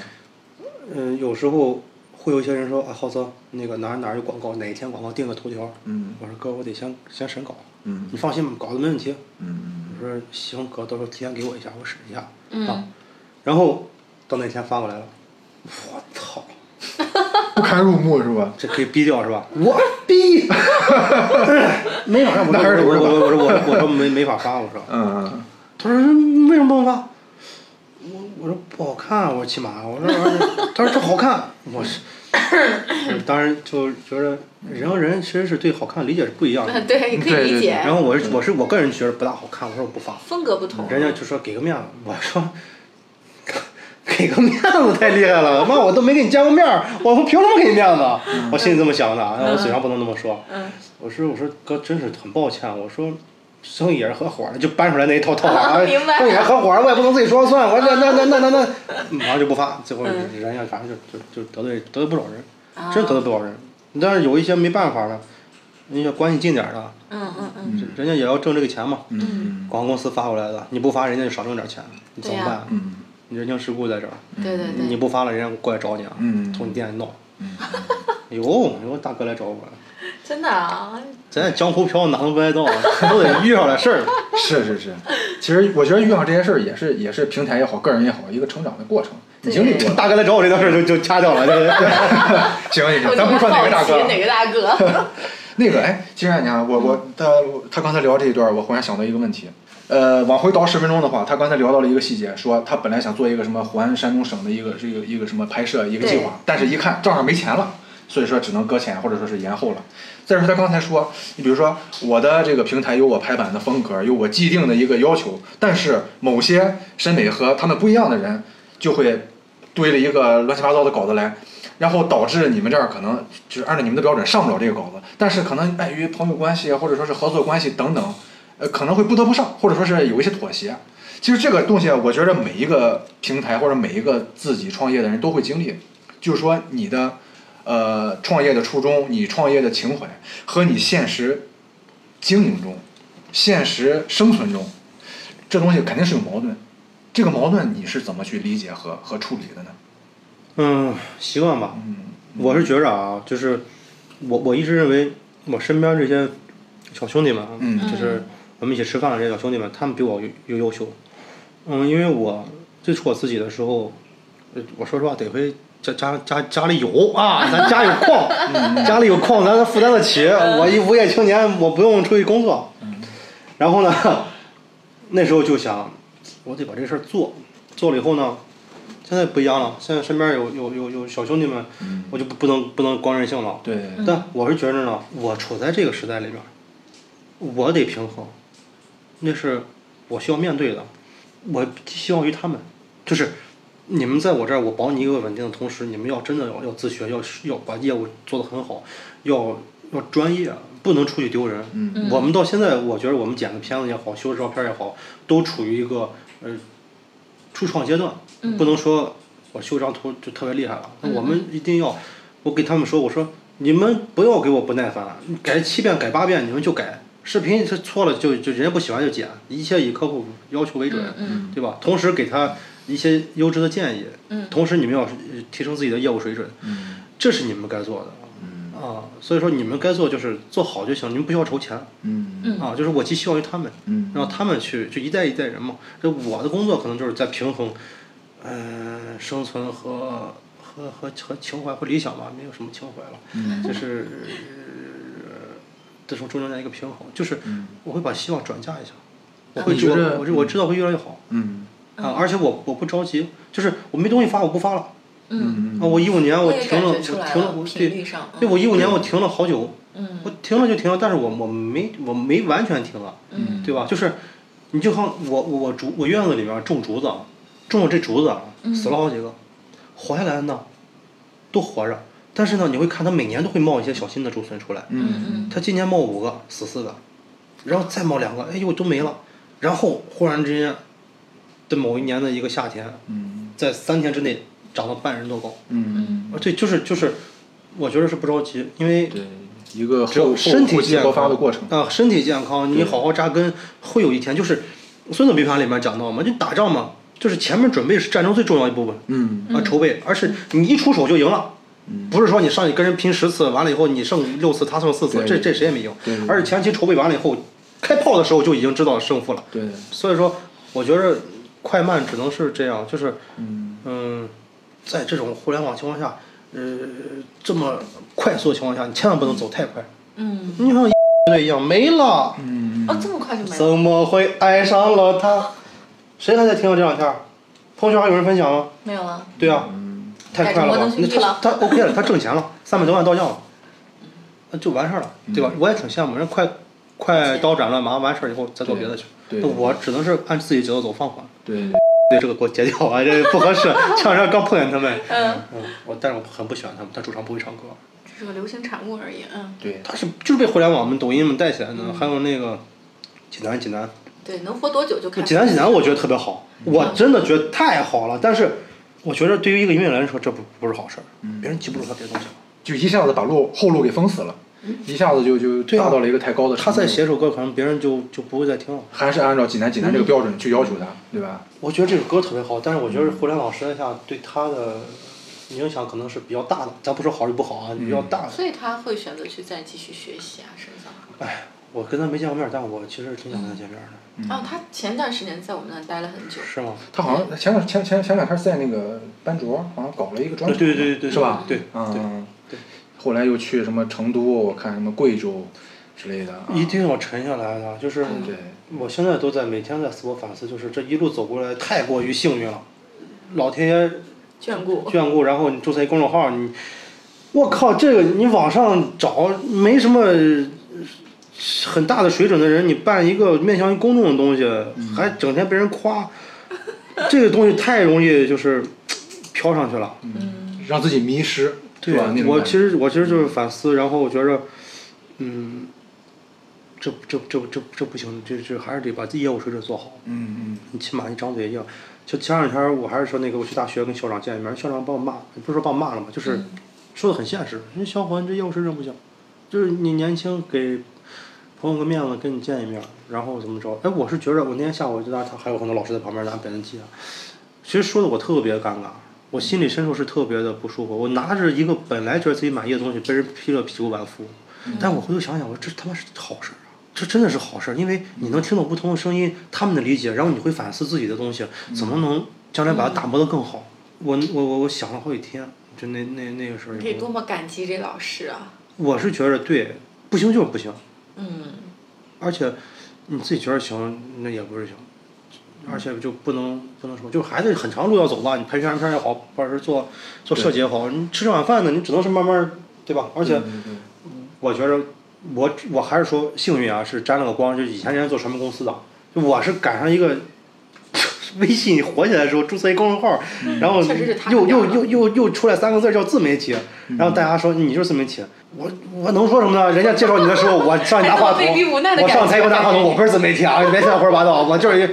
[SPEAKER 3] 嗯、有时候会有一些人说啊，浩泽那个哪儿哪儿有广告，哪一天广告定个头条，
[SPEAKER 4] 嗯
[SPEAKER 3] 我说哥，我得先先审稿，
[SPEAKER 4] 嗯
[SPEAKER 3] 你放心吧，稿子没问题。
[SPEAKER 4] 嗯
[SPEAKER 3] 我说行，哥，到时候提前给我一下，我审一下、啊
[SPEAKER 5] 嗯，。
[SPEAKER 3] 然后到那天发过来了，我操，
[SPEAKER 4] 不堪入目是吧？
[SPEAKER 3] 这可以逼掉是吧？我 逼， 没法，我
[SPEAKER 4] 那还是
[SPEAKER 3] 说我
[SPEAKER 4] 留着吧
[SPEAKER 3] 说我说我说我说没没法发，我说。
[SPEAKER 4] 嗯
[SPEAKER 3] 他说嗯为什么不能发？我我说不好看，啊我说起码我说玩意儿，他说这好看，我是，嗯当然就觉得人和人其实是对好看理解是不一样的。
[SPEAKER 5] 对，可以理
[SPEAKER 4] 对对对
[SPEAKER 5] 解，
[SPEAKER 3] 然后我是我是我个人觉得不大好看，我说我不发，
[SPEAKER 5] 风格不同，
[SPEAKER 3] 人家就说给个面子，我说。 给个面子太厉害了，妈我都没跟你见过面儿，我凭什么给你面子？我心里这么想的，哎然后我嘴上不能那么说。
[SPEAKER 5] 嗯
[SPEAKER 3] 我说我说哥，真是很抱歉，我说生意也是合伙的，就搬出来那一套套娃、
[SPEAKER 5] 啊 明白
[SPEAKER 3] 那也是合伙的，我也不能自己说了算， 我这那那那那那，马上就不发，最后
[SPEAKER 5] 嗯
[SPEAKER 3] 人家反正就就就得罪得罪不少人，
[SPEAKER 5] 啊
[SPEAKER 3] 真得罪不少人。但是有一些没办法的，人家关系近点儿的，
[SPEAKER 5] 嗯嗯嗯，
[SPEAKER 4] 嗯
[SPEAKER 3] 人家也要挣这个钱嘛。
[SPEAKER 4] 嗯
[SPEAKER 3] 广告公司发过来的，你不发人家就少挣点钱，你怎么
[SPEAKER 5] 对
[SPEAKER 3] 办
[SPEAKER 5] 呀？
[SPEAKER 4] 嗯
[SPEAKER 3] 你人情世故在这儿，
[SPEAKER 5] 对对
[SPEAKER 3] 你
[SPEAKER 5] 对，
[SPEAKER 3] 不发了，人家过来找你啊，
[SPEAKER 4] 嗯
[SPEAKER 3] 从你店里哎闹。 有有大哥来找我了。
[SPEAKER 5] 真的啊，
[SPEAKER 3] 咱这江湖飘哪能不挨刀啊？都得遇上点事儿。
[SPEAKER 4] 是是是。其实我觉得遇上这些事儿也是也是平台也好，个人也好，一个成长的过程。你经历过了，
[SPEAKER 3] 大哥来找我这件事儿就就掐掉了，对对对。
[SPEAKER 4] 行行
[SPEAKER 5] 我
[SPEAKER 4] 行，咱不说哪个大
[SPEAKER 5] 就
[SPEAKER 4] 哥
[SPEAKER 5] 好奇
[SPEAKER 4] 了。
[SPEAKER 5] 哪个大哥，
[SPEAKER 4] 那个哎，其实你看我我他他刚才聊这一段，我忽然想到一个问题。呃，往回倒十分钟的话，他刚才聊到了一个细节，说他本来想做一个什么环山东省的一个这个一个什么拍摄一个计
[SPEAKER 5] 对
[SPEAKER 4] 划，但是一看账上没钱了，所以说只能搁浅或者说是延后了。再说他刚才说，你比如说我的这个平台有我排版的风格，有我既定的一个要求，但是某些审美和他们不一样的人就会堆了一个乱七八糟的稿子来，然后导致你们这儿可能就是按照你们的标准上不了这个稿子，但是可能碍于朋友关系啊或者说是合作关系等等，呃，可能会不得不上，或者说是有一些妥协。其实这个东西，啊我觉得每一个平台或者每一个自己创业的人都会经历，就是说你的呃创业的初衷、你创业的情怀和你现实经营中、现实生存中，这东西肯定是有矛盾。这个矛盾你是怎么去理解和和处理的呢？
[SPEAKER 3] 嗯，习惯吧。
[SPEAKER 4] 嗯
[SPEAKER 3] 我是觉着啊，就是我我一直认为我身边这些小兄弟们啊，
[SPEAKER 4] 嗯
[SPEAKER 3] 就是我们一起吃饭的这些小兄弟们，他们比我优优优秀。嗯，因为我最初我自己的时候，呃我说实话，得亏家家家家里有啊，咱家有矿，家里有矿，咱负担得起。我一无业青年，我不用出去工作。然后呢，那时候就想，我得把这事儿做，做了以后呢，现在不一样了，现在身边有有有有小兄弟们，我就不不能不能光任性了。
[SPEAKER 4] 对，
[SPEAKER 3] 但我是觉着呢，我处在这个时代里面，我得平衡，那是我需要面对的，我寄希望于他们，就是你们在我这儿，我保你一个稳定的同时，你们要真的要要自学，要要把业务做得很好，要要专业，不能出去丢人。嗯，我们到现在，我觉得我们剪的片子也好，修的照片也好，都处于一个呃初创阶段，不能说我修张图就特别厉害了。那我们一定要，我给他们说，我说你们不要给我不耐烦，改七遍改八遍你们就改，视频是错了就就人家不喜欢就剪，一切以客户要求为准，对吧？同时给他一些优质的建议，同时你们要呃提升自己的业务水准，
[SPEAKER 4] 嗯
[SPEAKER 3] 这是你们该做的。啊，所以说你们该做就是做好就行，你们不需要筹钱。
[SPEAKER 4] 嗯
[SPEAKER 3] 啊，就是我寄希望于他们，
[SPEAKER 4] 嗯
[SPEAKER 3] 让他们去就一代一代人嘛。这我的工作可能就是在平衡，嗯、生存和和和和情怀和理想吧，没有什么情怀了，
[SPEAKER 4] 嗯
[SPEAKER 3] 就是 这从中间的一个平衡，就是我会把希望转嫁一下，我会
[SPEAKER 4] 嗯你觉得
[SPEAKER 3] 我我知我知道会越来越好
[SPEAKER 4] 嗯
[SPEAKER 3] 啊，而且我我不着急，就是我没东西发我不发了。
[SPEAKER 5] 嗯
[SPEAKER 3] 啊，我一五年我
[SPEAKER 5] 我也
[SPEAKER 3] 停了，
[SPEAKER 5] 感
[SPEAKER 3] 我
[SPEAKER 5] 觉出来
[SPEAKER 3] 停
[SPEAKER 5] 了
[SPEAKER 3] 了，我
[SPEAKER 5] 频
[SPEAKER 3] 对
[SPEAKER 5] 率嗯上，
[SPEAKER 3] 对，
[SPEAKER 5] 嗯
[SPEAKER 3] 我一五年我停了好久，我停了就停了，但是我我没我没完全停了，
[SPEAKER 4] 嗯
[SPEAKER 3] 对吧？就是你就像我我我竹我院子里面种竹子啊，种了这竹子啊，死了好几个，活下来的呢都活着，但是呢你会看它每年都会冒一些小新的竹笋出来，
[SPEAKER 4] 嗯
[SPEAKER 3] 它今年冒五个死四个，然后再冒两个，哎呦都没了，然后忽然之间的某一年的一个夏天，
[SPEAKER 4] 嗯
[SPEAKER 3] 在三天之内长到半人多高。
[SPEAKER 4] 嗯，
[SPEAKER 3] 啊，对，就是就是，我觉得是不着急，因为
[SPEAKER 4] 对，一个
[SPEAKER 3] 只有
[SPEAKER 4] 后
[SPEAKER 3] 身
[SPEAKER 4] 后
[SPEAKER 3] 体
[SPEAKER 4] 期
[SPEAKER 3] 健
[SPEAKER 4] 爆
[SPEAKER 3] 康
[SPEAKER 4] 发的过程。
[SPEAKER 3] 啊，身体健康，你好好扎根，会有一天就是《孙子兵法》里面讲到嘛，就打仗嘛，就是前面准备是战争最重要一部分
[SPEAKER 4] 嗯
[SPEAKER 3] 啊，筹备，而是你一出手就赢了。不是说你上去跟人拼十次，完了以后你剩六次，他剩四次，
[SPEAKER 4] 对
[SPEAKER 3] 这这谁也没赢
[SPEAKER 4] 对对。
[SPEAKER 3] 而是前期筹备完了以后，开炮的时候就已经知道胜负了。
[SPEAKER 4] 对，
[SPEAKER 3] 所以说，我觉着快慢只能是这样，就是，嗯，在这种互联网情况下，呃，这么快速的情况下，你千万不能走太快。
[SPEAKER 5] 嗯，
[SPEAKER 3] 你像队一样没了，
[SPEAKER 5] 哦，这么快就没
[SPEAKER 3] 怎
[SPEAKER 5] 了，
[SPEAKER 3] 么会爱上了他？谁还在听到这两天儿？朋友圈还有人分享吗？
[SPEAKER 5] 没有了，
[SPEAKER 3] 对啊，太快了
[SPEAKER 5] 嗯改成摩登
[SPEAKER 3] 吧？
[SPEAKER 5] 兄
[SPEAKER 3] 那
[SPEAKER 5] 弟
[SPEAKER 3] 他
[SPEAKER 5] 了
[SPEAKER 3] 他 OK 了，他挣钱了，三百多万到账了，那就完事儿了，
[SPEAKER 4] 嗯
[SPEAKER 3] 对吧？我也挺羡慕人家快快刀斩乱麻，完事儿以后再做别的去。
[SPEAKER 4] 对
[SPEAKER 3] 那我只能是按自己节奏走，放缓。
[SPEAKER 4] 对，
[SPEAKER 3] 对这个给我截掉啊，这不合适。 前两天刚碰见他们，嗯，我但是我很不喜欢他们，他主唱不会唱歌，
[SPEAKER 5] 只是个流行产物而已，嗯，
[SPEAKER 4] 对，
[SPEAKER 3] 他是就是被互联网们、抖音们带起来的。还有那个济南，济南，
[SPEAKER 5] 对，能活多久就看，
[SPEAKER 3] 济南，济南，我觉得特别好，
[SPEAKER 5] 嗯
[SPEAKER 3] 我真的觉得太好了。但是我觉得对于一个音乐人来说，这不不是好事儿，
[SPEAKER 4] 嗯
[SPEAKER 3] 别人记不住他别的东西了。
[SPEAKER 4] 就一下子把路后路给封死了，一下子就就
[SPEAKER 3] 对啊
[SPEAKER 4] 达到了一个太高的程度。
[SPEAKER 3] 他再写首歌，可能别人就就不会再听了。
[SPEAKER 4] 还是按照济南济南
[SPEAKER 3] 嗯
[SPEAKER 4] 这个标准去要求他，对吧？
[SPEAKER 3] 我觉得这首歌特别好，但是我觉得互联网时代下对他的影响可能是比较大的，咱不说好与不好啊，比较大的。
[SPEAKER 5] 所以他会选择去再继续学习啊，深造啊。
[SPEAKER 3] 哎，我跟他没见过面，但我其实挺想跟他见面的，
[SPEAKER 4] 嗯
[SPEAKER 5] 哦，他前段时间在我们那儿待了很久，
[SPEAKER 3] 是吗？
[SPEAKER 4] 他好
[SPEAKER 3] 嗯
[SPEAKER 4] 像前两前前前两天在那个班卓好像搞了一个专
[SPEAKER 3] 对
[SPEAKER 4] 场，
[SPEAKER 3] 对对对，
[SPEAKER 4] 是吧？
[SPEAKER 3] 对对，
[SPEAKER 4] 嗯，对。后来又去什么成都，我看什么贵州之类的。啊
[SPEAKER 3] 一定要沉下来的，就是
[SPEAKER 4] 对，
[SPEAKER 3] 我现在都在每天在自我反思，就是这一路走过来太过于幸运了，老天爷
[SPEAKER 5] 眷顾，
[SPEAKER 3] 眷顾，然后你注册一公众号，你，我靠，这个你网上找没什么很大的水准的人，你办一个面向于公众的东西，
[SPEAKER 4] 嗯
[SPEAKER 3] 还整天被人夸，这个东西太容易就是飘上去了。
[SPEAKER 4] 让自己迷失，
[SPEAKER 3] 对
[SPEAKER 4] 吧？嗯啊那种
[SPEAKER 3] 我
[SPEAKER 4] 感觉
[SPEAKER 3] 其实我其实就是反思，然后我觉着，嗯，这这这这这不行，这这还是得把自己业务水准做好。
[SPEAKER 4] 嗯
[SPEAKER 3] 你起码你张嘴要，就前两天我还是说那个，我去大学跟校长见一面，校长把我骂，不是说把我骂了吗？就是说的很现实，你小伙，你这业务水准不行，就是你年轻给朋友个面子，跟你见一面，然后怎么着？哎，我是觉着我那天下午就拿他还有很多老师在旁边拿扁担记啊，其实说的我特别尴尬，我心里深处是特别的不舒服。我拿着一个本来觉得自己满意的东西，被人劈了屁股满腹。但我回头想想，我说这他妈是好事儿啊！这真的是好事儿，因为你能听到不同的声音，他们的理解，然后你会反思自己的东西，怎么能将来把它打磨得更好。我我我我想了好几天，就那那那个事儿
[SPEAKER 5] 你
[SPEAKER 3] 以
[SPEAKER 5] 多
[SPEAKER 3] 后，
[SPEAKER 5] 么感激这老师啊！
[SPEAKER 3] 我是觉着对，不行就是不行，
[SPEAKER 5] 嗯，
[SPEAKER 3] 而且你自己觉得行，那也不是行，而且就不能不能说，就还得很长路要走吧。你拍宣传片也好，或者是做做设计也好，你吃这碗饭呢，你只能是慢慢儿，对吧？而且
[SPEAKER 4] 嗯
[SPEAKER 3] 我觉着我我还是说幸运啊，是沾了个光。就以前人家做传媒公司的，就我是赶上一个 微信火起来的时候，注册一公众号，然后
[SPEAKER 5] 嗯确实是他
[SPEAKER 3] 又
[SPEAKER 5] 们
[SPEAKER 3] 又
[SPEAKER 5] 俩
[SPEAKER 3] 又又又出来三个字儿叫自媒体，然后大家说你就是自媒体，我我能说什么呢？人家介绍你的时候，我上去拿话筒
[SPEAKER 5] 还这么被逼无奈，的
[SPEAKER 3] 我
[SPEAKER 5] 感觉
[SPEAKER 3] 上台给我拿话筒，我不是自媒体 啊，你别听我胡说八道，我就是一。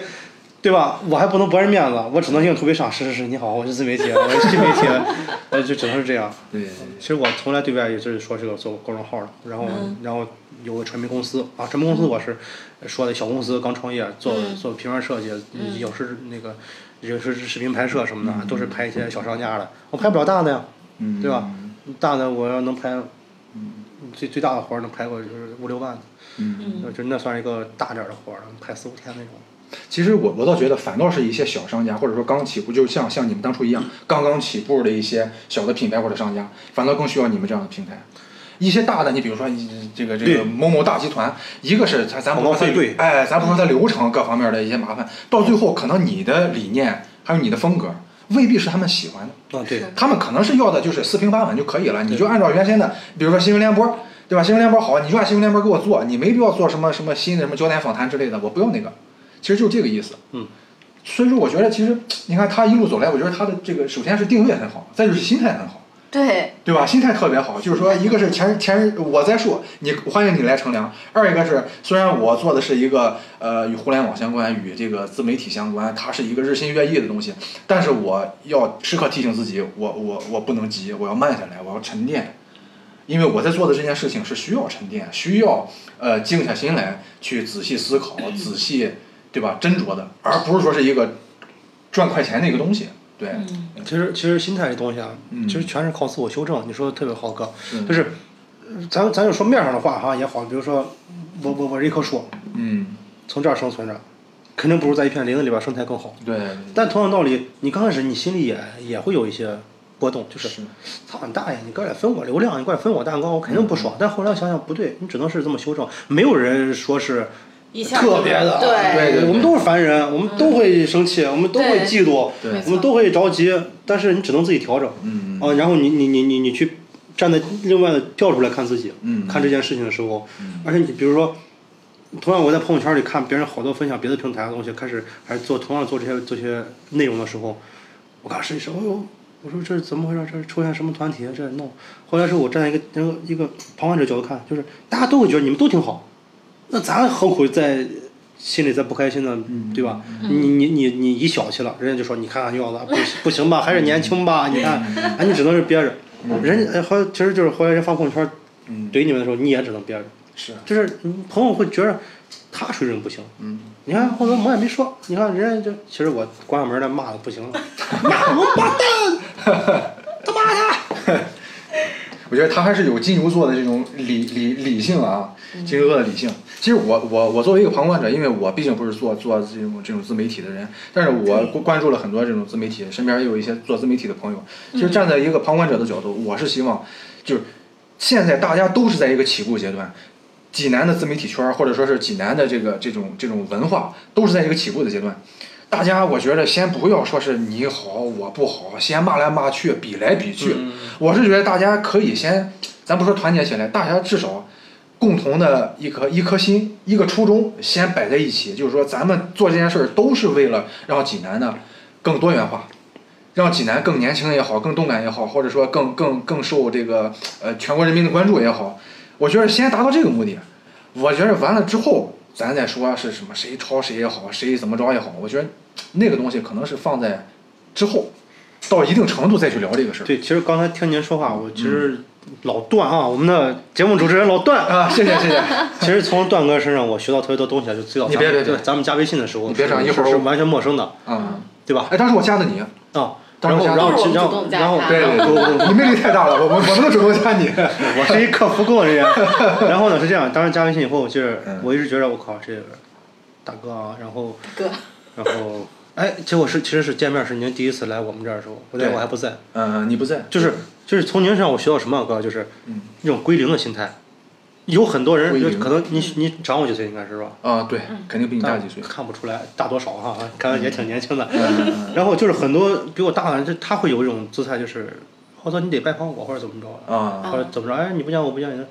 [SPEAKER 3] 对吧？我还不能驳人面子，我只能硬图背上。是是是，你好，我是自媒体，我是新媒体， 我就只能是这样。
[SPEAKER 4] 对对
[SPEAKER 3] 其实我从来对外也就是说这个做公众号了，然后、
[SPEAKER 4] 嗯
[SPEAKER 3] 然后有个传媒公司啊，传媒公司我是说的小公司刚创业，做、
[SPEAKER 4] 嗯
[SPEAKER 3] 做平面设计，有时那个有时视频拍摄什么的，都是拍一些小商家的，我拍不了大的呀，
[SPEAKER 4] 嗯，
[SPEAKER 3] 对吧？大的我要能拍，最最大的活儿能拍个就是五六万，
[SPEAKER 4] 嗯
[SPEAKER 3] 就那算是一个大点儿的活儿，拍四五天那种。
[SPEAKER 4] 其实我我倒觉得，反倒是一些小商家，或者说刚起步，就像像你们当初一样，刚刚起步的一些小的品牌或者商家，反倒更需要你们这样的平台。一些大的，你比如说你这个这
[SPEAKER 3] 对
[SPEAKER 4] 个某某大集团，一个是咱咱不
[SPEAKER 3] 广告费
[SPEAKER 4] 说它
[SPEAKER 3] 对
[SPEAKER 4] 哎，咱不说它流程各方面的一些麻烦，到最后可能你的理念还有你的风格未必是他们喜欢的，
[SPEAKER 3] 啊，对，
[SPEAKER 4] 他们可能是要的就是四平八稳就可以了，你就按照原先的，比如说新闻联播，对吧？新闻联播好，你就按新闻联播给我做，你没必要做什么什么新的什么焦点访谈之类的，我不要那个，其实就这个意思。
[SPEAKER 3] 嗯，
[SPEAKER 4] 所以说我觉得其实你看他一路走来，我觉得他的这个首先是定位很好，再就是心态很好。
[SPEAKER 5] 对，
[SPEAKER 4] 对吧？心态特别好，就是说，一个是前前我栽树，你欢迎你来乘凉；二一个是，虽然我做的是一个呃与互联网相关、与这个自媒体相关，它是一个日新月异的东西，但是我要时刻提醒自己，我我我不能急，我要慢下来，我要沉淀，因为我在做的这件事情是需要沉淀，需要呃静下心来去仔细思考、仔细对吧斟酌的，而不是说是一个赚快钱的一个东西。对，
[SPEAKER 3] 其实其实心态这东西啊，
[SPEAKER 4] 嗯
[SPEAKER 3] 其实全是靠自我修正。你说的特别好，哥，
[SPEAKER 4] 嗯
[SPEAKER 3] 就是呃咱咱就说面上的话哈也好，比如说我我我是一棵树，
[SPEAKER 4] 嗯，
[SPEAKER 3] 从这儿生存着，肯定不如在一片林子里边生态更好。
[SPEAKER 4] 对，
[SPEAKER 3] 但同样道理，你刚开始你心里也也会有一些波动，就是
[SPEAKER 4] 是
[SPEAKER 3] 操你大爷，你过来分我流量，你过来分我蛋糕，我肯定不爽。但后来想想不对，你只能是这么修正，没有人说是。
[SPEAKER 5] 一下
[SPEAKER 3] 特别的，啊
[SPEAKER 5] 对，
[SPEAKER 4] 对对对
[SPEAKER 3] 我们都是凡人，我们都会生气，我们都会
[SPEAKER 5] 对
[SPEAKER 3] 嫉妒，
[SPEAKER 4] 对
[SPEAKER 5] 没错
[SPEAKER 3] 我们都会着急，但是你只能自己调整。
[SPEAKER 4] 嗯
[SPEAKER 3] 啊，然后你你你你你去站在另外的跳出来看自己，
[SPEAKER 4] 嗯
[SPEAKER 3] 看这件事情的时候，而且你比如说，同样我在朋友圈里看别人好多分享别的平台的东西，开始还是做同样做这些这些内容的时候，我刚试一试，哎呦，我说这是怎么回事？这是出现什么团体啊？这弄、后来是我站在一个一个一个旁观者角度看，就是大家都会觉得你们都挺好，那咱何苦在心里再不开心呢？
[SPEAKER 4] 嗯
[SPEAKER 3] 对吧？你你你你一小气了，人家就说你看看耀子不行不行吧，还是年轻吧，你看，
[SPEAKER 4] 嗯
[SPEAKER 3] 哎，你只能是憋着。人家哎后来其实就是后来人发朋友圈
[SPEAKER 4] 嗯，
[SPEAKER 3] 怼你们的时候，你也只能憋着，
[SPEAKER 4] 是。
[SPEAKER 3] 就是嗯朋友会觉得他水准不行。
[SPEAKER 4] 嗯，
[SPEAKER 3] 你看后来我也没说，你看人家就其实我关上门来骂的不行了， 骂王八蛋，他妈的！
[SPEAKER 4] 我觉得他还是有金牛座的这种理理理性啊，金牛座的理性。其实我我我作为一个旁观者，因为我毕竟不是做做这种这种自媒体的人，但是我关关注了很多这种自媒体，身边也有一些做自媒体的朋友。其实站在一个旁观者的角度，我是希望，就是现在大家都是在一个起步阶段。济南的自媒体圈，或者说是济南的这个这种这种文化，都是在一个起步的阶段。大家，我觉得先不要说是你好我不好，先骂来骂去，比来比去。我是觉得大家可以先，咱不说团结起来，大家至少共同的一颗一颗心、一个初衷先摆在一起，就是说咱们做这件事儿都是为了让济南呢更多元化，让济南更年轻也好，更动感也好，或者说更更更受这个呃全国人民的关注也好，我觉得先达到这个目的。我觉得完了之后，咱再说是什么谁抄谁也好，谁怎么着也好，我觉得那个东西可能是放在之后，到一定程度再去聊这个事儿。
[SPEAKER 3] 对，其实刚才听您说话，我其
[SPEAKER 4] 嗯
[SPEAKER 3] 实老段啊，我们的节目主持人老段，
[SPEAKER 4] 啊，谢谢谢谢。
[SPEAKER 3] 其实从段哥身上我学到特别多东西啊，就最早
[SPEAKER 4] 你别
[SPEAKER 3] 咱们
[SPEAKER 4] 别别
[SPEAKER 3] 对咱们加微信的时候，
[SPEAKER 4] 你别这样
[SPEAKER 3] 是
[SPEAKER 4] 一会儿
[SPEAKER 3] 是是
[SPEAKER 4] 我
[SPEAKER 3] 完全陌生的，
[SPEAKER 4] 啊，
[SPEAKER 3] 对吧？
[SPEAKER 4] 哎，当时我加的你，
[SPEAKER 3] 啊，
[SPEAKER 4] 当
[SPEAKER 3] 然
[SPEAKER 4] 时
[SPEAKER 3] 后
[SPEAKER 4] 加
[SPEAKER 3] 然后
[SPEAKER 5] 都是我们
[SPEAKER 3] 然
[SPEAKER 5] 主
[SPEAKER 3] 后
[SPEAKER 5] 动加
[SPEAKER 3] 然后
[SPEAKER 5] 他
[SPEAKER 4] 对对对，你魅力太大了，我我我们都主动加你。
[SPEAKER 3] 我是一客服工作人员，然后呢是这样，当时加微信以后就是
[SPEAKER 4] 嗯
[SPEAKER 3] 我一直觉得我靠这个大哥啊，然后
[SPEAKER 5] 哥，
[SPEAKER 3] 然后哎，结果是其实是见面是您第一次来我们这儿的时候，我在
[SPEAKER 4] 对
[SPEAKER 3] 我还不在，
[SPEAKER 4] 嗯，你不在，
[SPEAKER 3] 就是就是从您身上我学到什么啊，哥，就是
[SPEAKER 4] 嗯
[SPEAKER 3] 一种归零的心态。有很多人
[SPEAKER 4] 归
[SPEAKER 3] 就
[SPEAKER 4] 零嗯
[SPEAKER 3] 可能你你长我几岁应该是吧？
[SPEAKER 4] 啊，对，肯定比你大几岁。
[SPEAKER 3] 看不出来大多少哈，看来也挺年轻的。
[SPEAKER 4] 嗯
[SPEAKER 3] 然后就是很多比我大的人，就他会有一种姿态，就是或者你得拜访我，或者怎么着的，
[SPEAKER 4] 啊，
[SPEAKER 3] 或者怎么着，哎，你不见我不见你。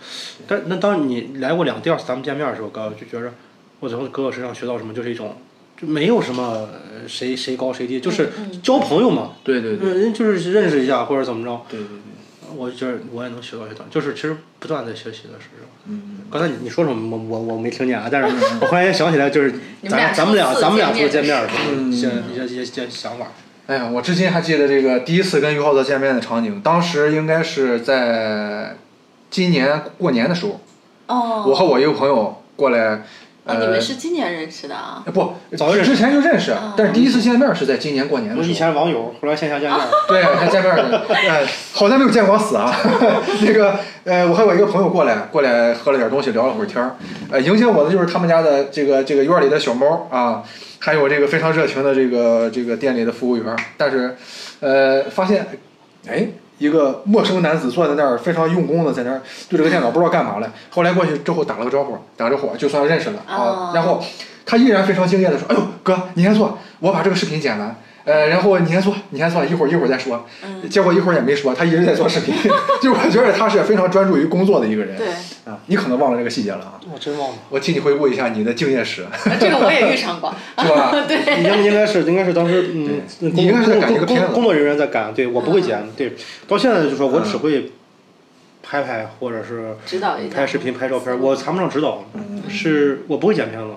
[SPEAKER 3] 但那当你来过两第二次咱们见面的时候，哥就觉着我从哥哥身上学到什么，就是一种就没有什么呃谁谁高谁低，就是交朋友嘛，
[SPEAKER 4] 对对对
[SPEAKER 3] 人就是认识一下或者怎么着。
[SPEAKER 4] 对对对，
[SPEAKER 3] 我觉得我也能学到一段，就是其实不断在学习的，是实话。
[SPEAKER 4] 嗯，
[SPEAKER 3] 刚才你你说什么？我我我没听见啊，但是 我忽然间想起来，就是
[SPEAKER 5] 你们俩
[SPEAKER 3] 咱咱们俩
[SPEAKER 5] 初次
[SPEAKER 3] 咱们俩初次见
[SPEAKER 5] 见
[SPEAKER 3] 面
[SPEAKER 5] 面
[SPEAKER 3] 儿
[SPEAKER 5] 的
[SPEAKER 3] 的
[SPEAKER 5] 时
[SPEAKER 4] 嗯
[SPEAKER 3] 一些一些一些一些想法。
[SPEAKER 4] 哎呀，我至今还记得这个第一次跟于浩泽见面的场景，当时应该是在今年过年的时候，
[SPEAKER 5] 哦，
[SPEAKER 4] 我和我一个朋友过来，
[SPEAKER 5] 哦，
[SPEAKER 4] 呃，
[SPEAKER 5] 你们是哦今年认识的 啊？
[SPEAKER 4] 不
[SPEAKER 3] 早就认识
[SPEAKER 4] 之前就认识，但是第一次见面是在今年过年
[SPEAKER 3] 我
[SPEAKER 4] 的时
[SPEAKER 3] 以
[SPEAKER 4] 候。
[SPEAKER 3] 前是网友，后来线下见面
[SPEAKER 5] 啊
[SPEAKER 3] 儿，
[SPEAKER 4] 对，啊他见面的，呃，好在没有见光死啊。 那个，呃，我还有一个朋友过来，过来喝了点东西，聊了会儿天儿。呃，迎接我的就是他们家的这个这个院里的小猫啊，还有这个非常热情的这个这个店里的服务员。但是，呃，发现，哎，一个陌生男子坐在那儿，非常用功的在那儿对着个电脑不知道干嘛了。后来过去之后打了个招呼，打了个招呼就算认识了啊
[SPEAKER 5] 哦。
[SPEAKER 4] 然后他依然非常敬业的说：“哎呦，哥，你先坐，我把这个视频剪完。”呃，然后你先坐，你先坐，一会儿一会儿再说。
[SPEAKER 5] 嗯
[SPEAKER 4] 结果一会儿也没说，他一直在做视 频。就我觉得他是非常专注于工作的一个人。
[SPEAKER 5] 对，
[SPEAKER 4] 啊，你可能忘了这个细节了啊。
[SPEAKER 3] 我真忘了。
[SPEAKER 4] 我替你回顾一下你的敬业史，
[SPEAKER 5] 啊这个我也遇上过。
[SPEAKER 4] 是吧？
[SPEAKER 5] 对，
[SPEAKER 3] 应应该是应该是当时嗯，
[SPEAKER 4] 对
[SPEAKER 3] 工
[SPEAKER 4] 你应该是在
[SPEAKER 3] 工
[SPEAKER 4] 赶一个
[SPEAKER 3] 工工
[SPEAKER 4] 片子嗯
[SPEAKER 3] 工作人员在赶，对我不会
[SPEAKER 5] 嗯
[SPEAKER 3] 剪，对，到现在就说我只会拍拍或者是
[SPEAKER 5] 指导一下
[SPEAKER 3] 拍视频拍照片，我谈不上指导，
[SPEAKER 4] 嗯
[SPEAKER 3] 是我不会剪片子，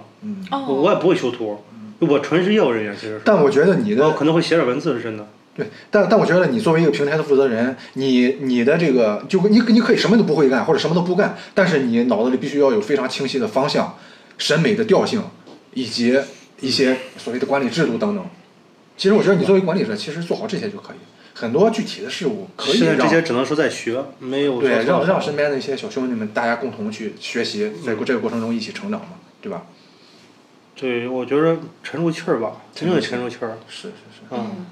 [SPEAKER 5] 哦，
[SPEAKER 3] 我我也不会修图，我纯是业务人员，其实是，
[SPEAKER 4] 但我觉得你
[SPEAKER 3] 我
[SPEAKER 4] 的
[SPEAKER 3] 可能会写点文字是真的，
[SPEAKER 4] 对，但但我觉得你作为一个平台的负责人，你你的这个就你你可以什么都不会干，或者什么都不干，但是你脑子里必须要有非常清晰的方向、审美的调性，以及一些所谓的管理制度等等。其实我觉得你作为管理者，其实做好这些就可以。很多具体的事物可以
[SPEAKER 3] 现在这
[SPEAKER 4] 让
[SPEAKER 3] 些只能说在学，没有
[SPEAKER 4] 对
[SPEAKER 3] 说
[SPEAKER 4] 让让
[SPEAKER 3] 是
[SPEAKER 4] 身边的一些小兄弟们大家共同去学习，在这个过程中一起成长嘛，对吧？
[SPEAKER 3] 对，我觉得沉住气儿吧，真的沉住气儿，啊
[SPEAKER 4] 是是是，
[SPEAKER 3] 嗯，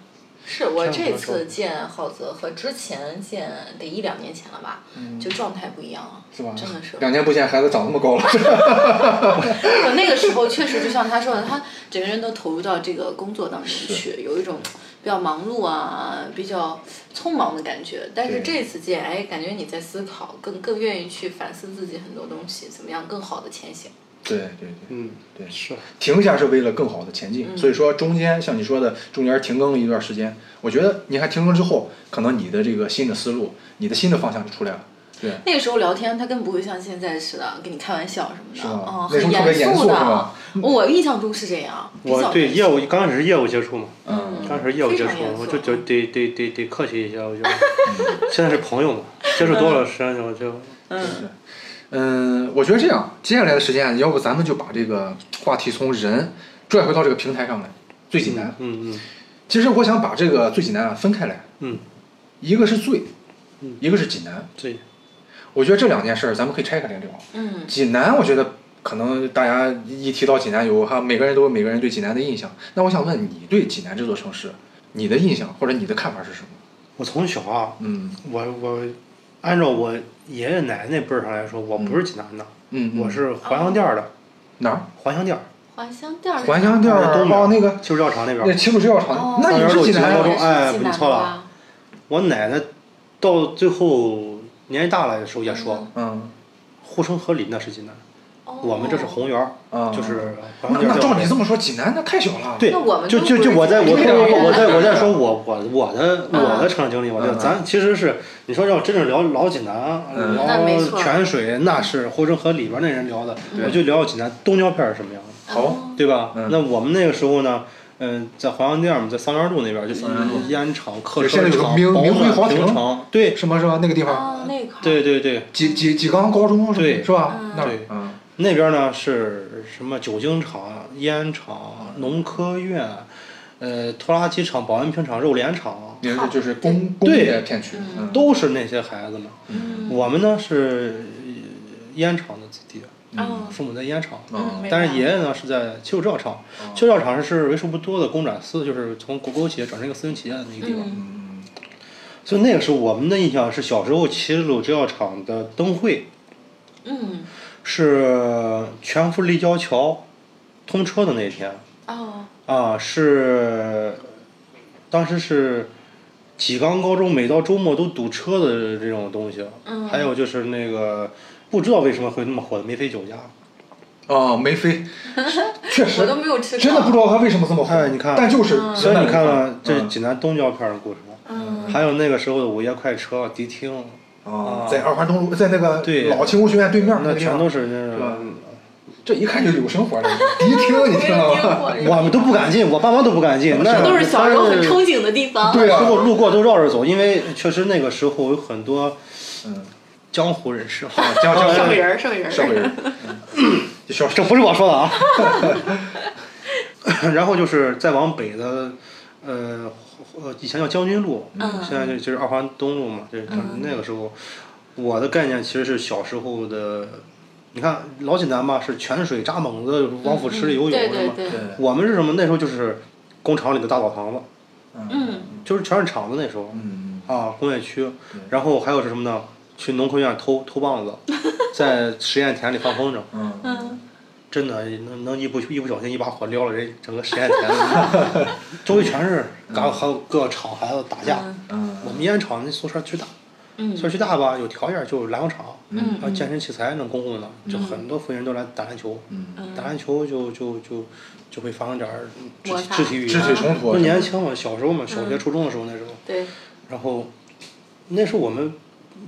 [SPEAKER 5] 是我
[SPEAKER 3] 上
[SPEAKER 5] 这
[SPEAKER 3] 头说
[SPEAKER 5] 次见浩泽和之前见得一两年前了吧，
[SPEAKER 3] 嗯
[SPEAKER 5] 就状态不一样了，
[SPEAKER 4] 是吧？
[SPEAKER 5] 真的是。
[SPEAKER 4] 两年不见，孩子长那么高了。
[SPEAKER 5] 我那个时候确实就像他说的，他整个人都投入到这个工作当中去，有一种比较忙碌啊、比较匆忙的感觉。但是
[SPEAKER 4] 对
[SPEAKER 5] 这次见，哎，感觉你在思考，更更愿意去反思自己很多东西，怎么样更好的前行。
[SPEAKER 4] 对对对。
[SPEAKER 3] 嗯，
[SPEAKER 4] 对
[SPEAKER 3] 是，
[SPEAKER 4] 停下是为了更好的前
[SPEAKER 3] 嗯
[SPEAKER 4] 进，所以说中间像你说的，中间停更了一段时间，我觉得你看停更之后，可能你的这个新的思路，你的新的方向就出来了。对，
[SPEAKER 5] 那个时候聊天，他更不会像现在似的跟你开玩笑什么的，
[SPEAKER 4] 吗
[SPEAKER 5] 嗯，
[SPEAKER 4] 啊那时候
[SPEAKER 5] 很
[SPEAKER 4] 特别严肃
[SPEAKER 5] 肃的
[SPEAKER 4] 是吧。
[SPEAKER 5] 我印象中是这样，比较
[SPEAKER 3] 我对
[SPEAKER 5] 严
[SPEAKER 3] 业
[SPEAKER 5] 肃
[SPEAKER 3] 务刚开始是业务接触嘛，
[SPEAKER 4] 嗯，
[SPEAKER 3] 刚开始业务接触
[SPEAKER 5] 非常严，肃
[SPEAKER 3] 我就觉得得得得得客气一些，我觉得。现在是朋友嘛，接触多了，实际上我就
[SPEAKER 4] 嗯，我觉得这样，接下来的时间，要不咱们就把这个话题从人拽回到这个平台上来，最济南。
[SPEAKER 3] 嗯嗯
[SPEAKER 4] 其实我想把这个最济南啊分开来，
[SPEAKER 3] 嗯，
[SPEAKER 4] 一个是最
[SPEAKER 3] 嗯，
[SPEAKER 4] 一个是济南。
[SPEAKER 3] 对，
[SPEAKER 4] 我觉得这两件事儿咱们可以拆开来聊。
[SPEAKER 5] 嗯，
[SPEAKER 4] 济南，我觉得可能大家一提到济南游，哈，每个人都有每个人对济南的印象。那我想问你对济南这座城市，你的印象或者你的看法是什么？
[SPEAKER 3] 我从小啊，
[SPEAKER 4] 嗯
[SPEAKER 3] 我我按照我爷爷奶奶那辈儿上来说，我不是济南的，
[SPEAKER 4] 嗯，
[SPEAKER 3] 我是华阳店儿的，
[SPEAKER 4] 哪儿？
[SPEAKER 3] 华阳店儿
[SPEAKER 5] 还乡店儿那
[SPEAKER 4] 还乡店
[SPEAKER 3] 那
[SPEAKER 4] 儿
[SPEAKER 3] 是东边
[SPEAKER 4] 哦，那个
[SPEAKER 3] 汽车药厂那边
[SPEAKER 4] 那
[SPEAKER 3] 儿。
[SPEAKER 4] 齐鲁制药厂
[SPEAKER 5] 哦，
[SPEAKER 4] 那你是济南
[SPEAKER 3] 高
[SPEAKER 4] 人
[SPEAKER 3] 中
[SPEAKER 5] 也是
[SPEAKER 3] 哎
[SPEAKER 5] 济
[SPEAKER 3] 不
[SPEAKER 5] 南
[SPEAKER 3] 错了
[SPEAKER 5] 吧
[SPEAKER 3] 我奶奶到最后年纪大了的时候也说，
[SPEAKER 4] 嗯
[SPEAKER 3] 护城河里那是济南，
[SPEAKER 5] 哦
[SPEAKER 3] 我们这是红园儿，
[SPEAKER 4] 啊，
[SPEAKER 3] 就是华
[SPEAKER 4] 那
[SPEAKER 3] 阳店
[SPEAKER 4] 那
[SPEAKER 3] 儿。
[SPEAKER 4] 照你这么说，济南那太小了。
[SPEAKER 3] 对
[SPEAKER 5] 那我，们
[SPEAKER 3] 就
[SPEAKER 5] 都
[SPEAKER 3] 就
[SPEAKER 5] 不
[SPEAKER 3] 就是我在我
[SPEAKER 5] 这样
[SPEAKER 3] 我我在
[SPEAKER 4] 人
[SPEAKER 3] 我在说我我我的我的
[SPEAKER 5] 嗯
[SPEAKER 3] 成长经历，我觉得
[SPEAKER 4] 嗯嗯
[SPEAKER 3] 咱其实是你说要真正聊老济南
[SPEAKER 4] 嗯，
[SPEAKER 5] 那没
[SPEAKER 3] 聊
[SPEAKER 5] 错嗯
[SPEAKER 3] 泉水，那是护城河里边那人聊的，我就聊济南东郊片是什么样的，
[SPEAKER 5] 哦
[SPEAKER 4] 好，
[SPEAKER 3] 对吧
[SPEAKER 4] 嗯？
[SPEAKER 3] 那我们那个时候呢，嗯，在华阳店儿嘛，在桑园路那边，就
[SPEAKER 4] 园路
[SPEAKER 3] 烟厂、客
[SPEAKER 4] 对嗯现在
[SPEAKER 3] 车
[SPEAKER 4] 有个
[SPEAKER 3] 厂、
[SPEAKER 4] 明
[SPEAKER 3] 保
[SPEAKER 4] 明辉
[SPEAKER 3] 暖
[SPEAKER 4] 华
[SPEAKER 3] 停
[SPEAKER 4] 庭
[SPEAKER 3] 场，对
[SPEAKER 4] 什么是吧？那个地方，
[SPEAKER 5] 哦，那块儿
[SPEAKER 3] 对对对，
[SPEAKER 4] 几几几冈高中是吧
[SPEAKER 3] 对
[SPEAKER 4] 是吧
[SPEAKER 5] 嗯？
[SPEAKER 4] 那儿
[SPEAKER 3] 对
[SPEAKER 4] 嗯
[SPEAKER 3] 那边呢是什么酒精厂、烟厂、农科院，呃，拖拉机厂、保温瓶厂、肉联厂，
[SPEAKER 4] 也是就是工工
[SPEAKER 3] 对
[SPEAKER 4] 业片区，嗯
[SPEAKER 3] 都是那些孩子们。
[SPEAKER 5] 嗯
[SPEAKER 3] 我们呢是呃烟厂的子弟，
[SPEAKER 5] 哦
[SPEAKER 3] 父母在烟厂，
[SPEAKER 5] 嗯没
[SPEAKER 3] 但
[SPEAKER 5] 办
[SPEAKER 3] 是爷爷呢是在汽油制药厂。汽油制药厂是为数不多的公转私，就是从国有企业转成一个私营企业的一个地方。
[SPEAKER 4] 嗯
[SPEAKER 3] 所以那个时候我们的印象是，小时候齐鲁制药厂的灯会
[SPEAKER 5] 嗯
[SPEAKER 3] 是全福立交桥通车的那天
[SPEAKER 5] 哦
[SPEAKER 3] 啊，是当时是。济冈高中每到周末都堵车的这种东西，
[SPEAKER 5] 嗯
[SPEAKER 3] 还有就是那个不知道为什么会那么火的梅飞酒家，
[SPEAKER 4] 啊，没飞，确实
[SPEAKER 5] 我都没有吃到
[SPEAKER 4] 真的不知道它为什么这么红。
[SPEAKER 3] 哎你看
[SPEAKER 4] 但就是
[SPEAKER 3] 所以你看看
[SPEAKER 4] 嗯
[SPEAKER 3] 这是济南东郊片儿的故事，啊
[SPEAKER 5] 嗯
[SPEAKER 3] 还有那个时候的午夜快车、迪厅，
[SPEAKER 4] 啊，在二环东路，在那个
[SPEAKER 3] 对
[SPEAKER 4] 老勤务学院对面那
[SPEAKER 3] 那
[SPEAKER 4] 个地方
[SPEAKER 3] 全都是那
[SPEAKER 4] 是吧
[SPEAKER 3] 种。
[SPEAKER 4] 这一看就是有生活的。迪厅你听了吗？
[SPEAKER 3] 我们都不敢进，我爸妈都不敢
[SPEAKER 4] 嗯
[SPEAKER 3] 进，那
[SPEAKER 5] 都是小时候很憧憬的地方。
[SPEAKER 4] 对啊
[SPEAKER 3] 最，后路过都绕着走，因为确实那个时候有很多
[SPEAKER 4] 嗯，
[SPEAKER 3] 江湖人士。
[SPEAKER 4] 江江
[SPEAKER 5] 社会人儿，社会人儿，
[SPEAKER 4] 社会人，嗯就需要
[SPEAKER 3] 这不是我说的啊。然后就是再往北的，呃，呃以前叫将军路，
[SPEAKER 5] 嗯
[SPEAKER 3] 现在就就是二环东路嘛，就是那个时候，我的概念其实是小时候的。你看老济南吧，是泉水、扎猛子、往府池里游泳什
[SPEAKER 5] 对嗯对
[SPEAKER 3] 么。
[SPEAKER 5] 对，
[SPEAKER 4] 对
[SPEAKER 3] 我们是什么？那时候就是工厂里的大澡堂子，
[SPEAKER 5] 嗯，
[SPEAKER 3] 就是全是厂子。那时候
[SPEAKER 4] 嗯，
[SPEAKER 3] 啊，工业区，然后还有是什么呢？去农科院偷偷 棒子，在实验田里放风筝。
[SPEAKER 4] 嗯嗯
[SPEAKER 3] 真的能能一不一不小心一把火燎了人整个实验田，周围全是
[SPEAKER 5] 嗯
[SPEAKER 3] 各还有各厂孩子打架。我
[SPEAKER 4] 嗯
[SPEAKER 3] 们烟厂那宿舍巨大，
[SPEAKER 5] 嗯
[SPEAKER 3] 宿舍巨大吧，有条件就篮球场，
[SPEAKER 5] 嗯
[SPEAKER 3] 然后健身器材那种公共的，就很多附近人都来打篮球，
[SPEAKER 4] 嗯，
[SPEAKER 3] 打篮球就就就就会发生点儿肢
[SPEAKER 5] 摩
[SPEAKER 3] 体
[SPEAKER 5] 擦嗯
[SPEAKER 3] 肢体语
[SPEAKER 4] 肢
[SPEAKER 3] 言。
[SPEAKER 4] 体冲突
[SPEAKER 3] 那年轻嘛，小时候嘛，小学初中的时候那时候，
[SPEAKER 5] 对，
[SPEAKER 3] 然后那时候我们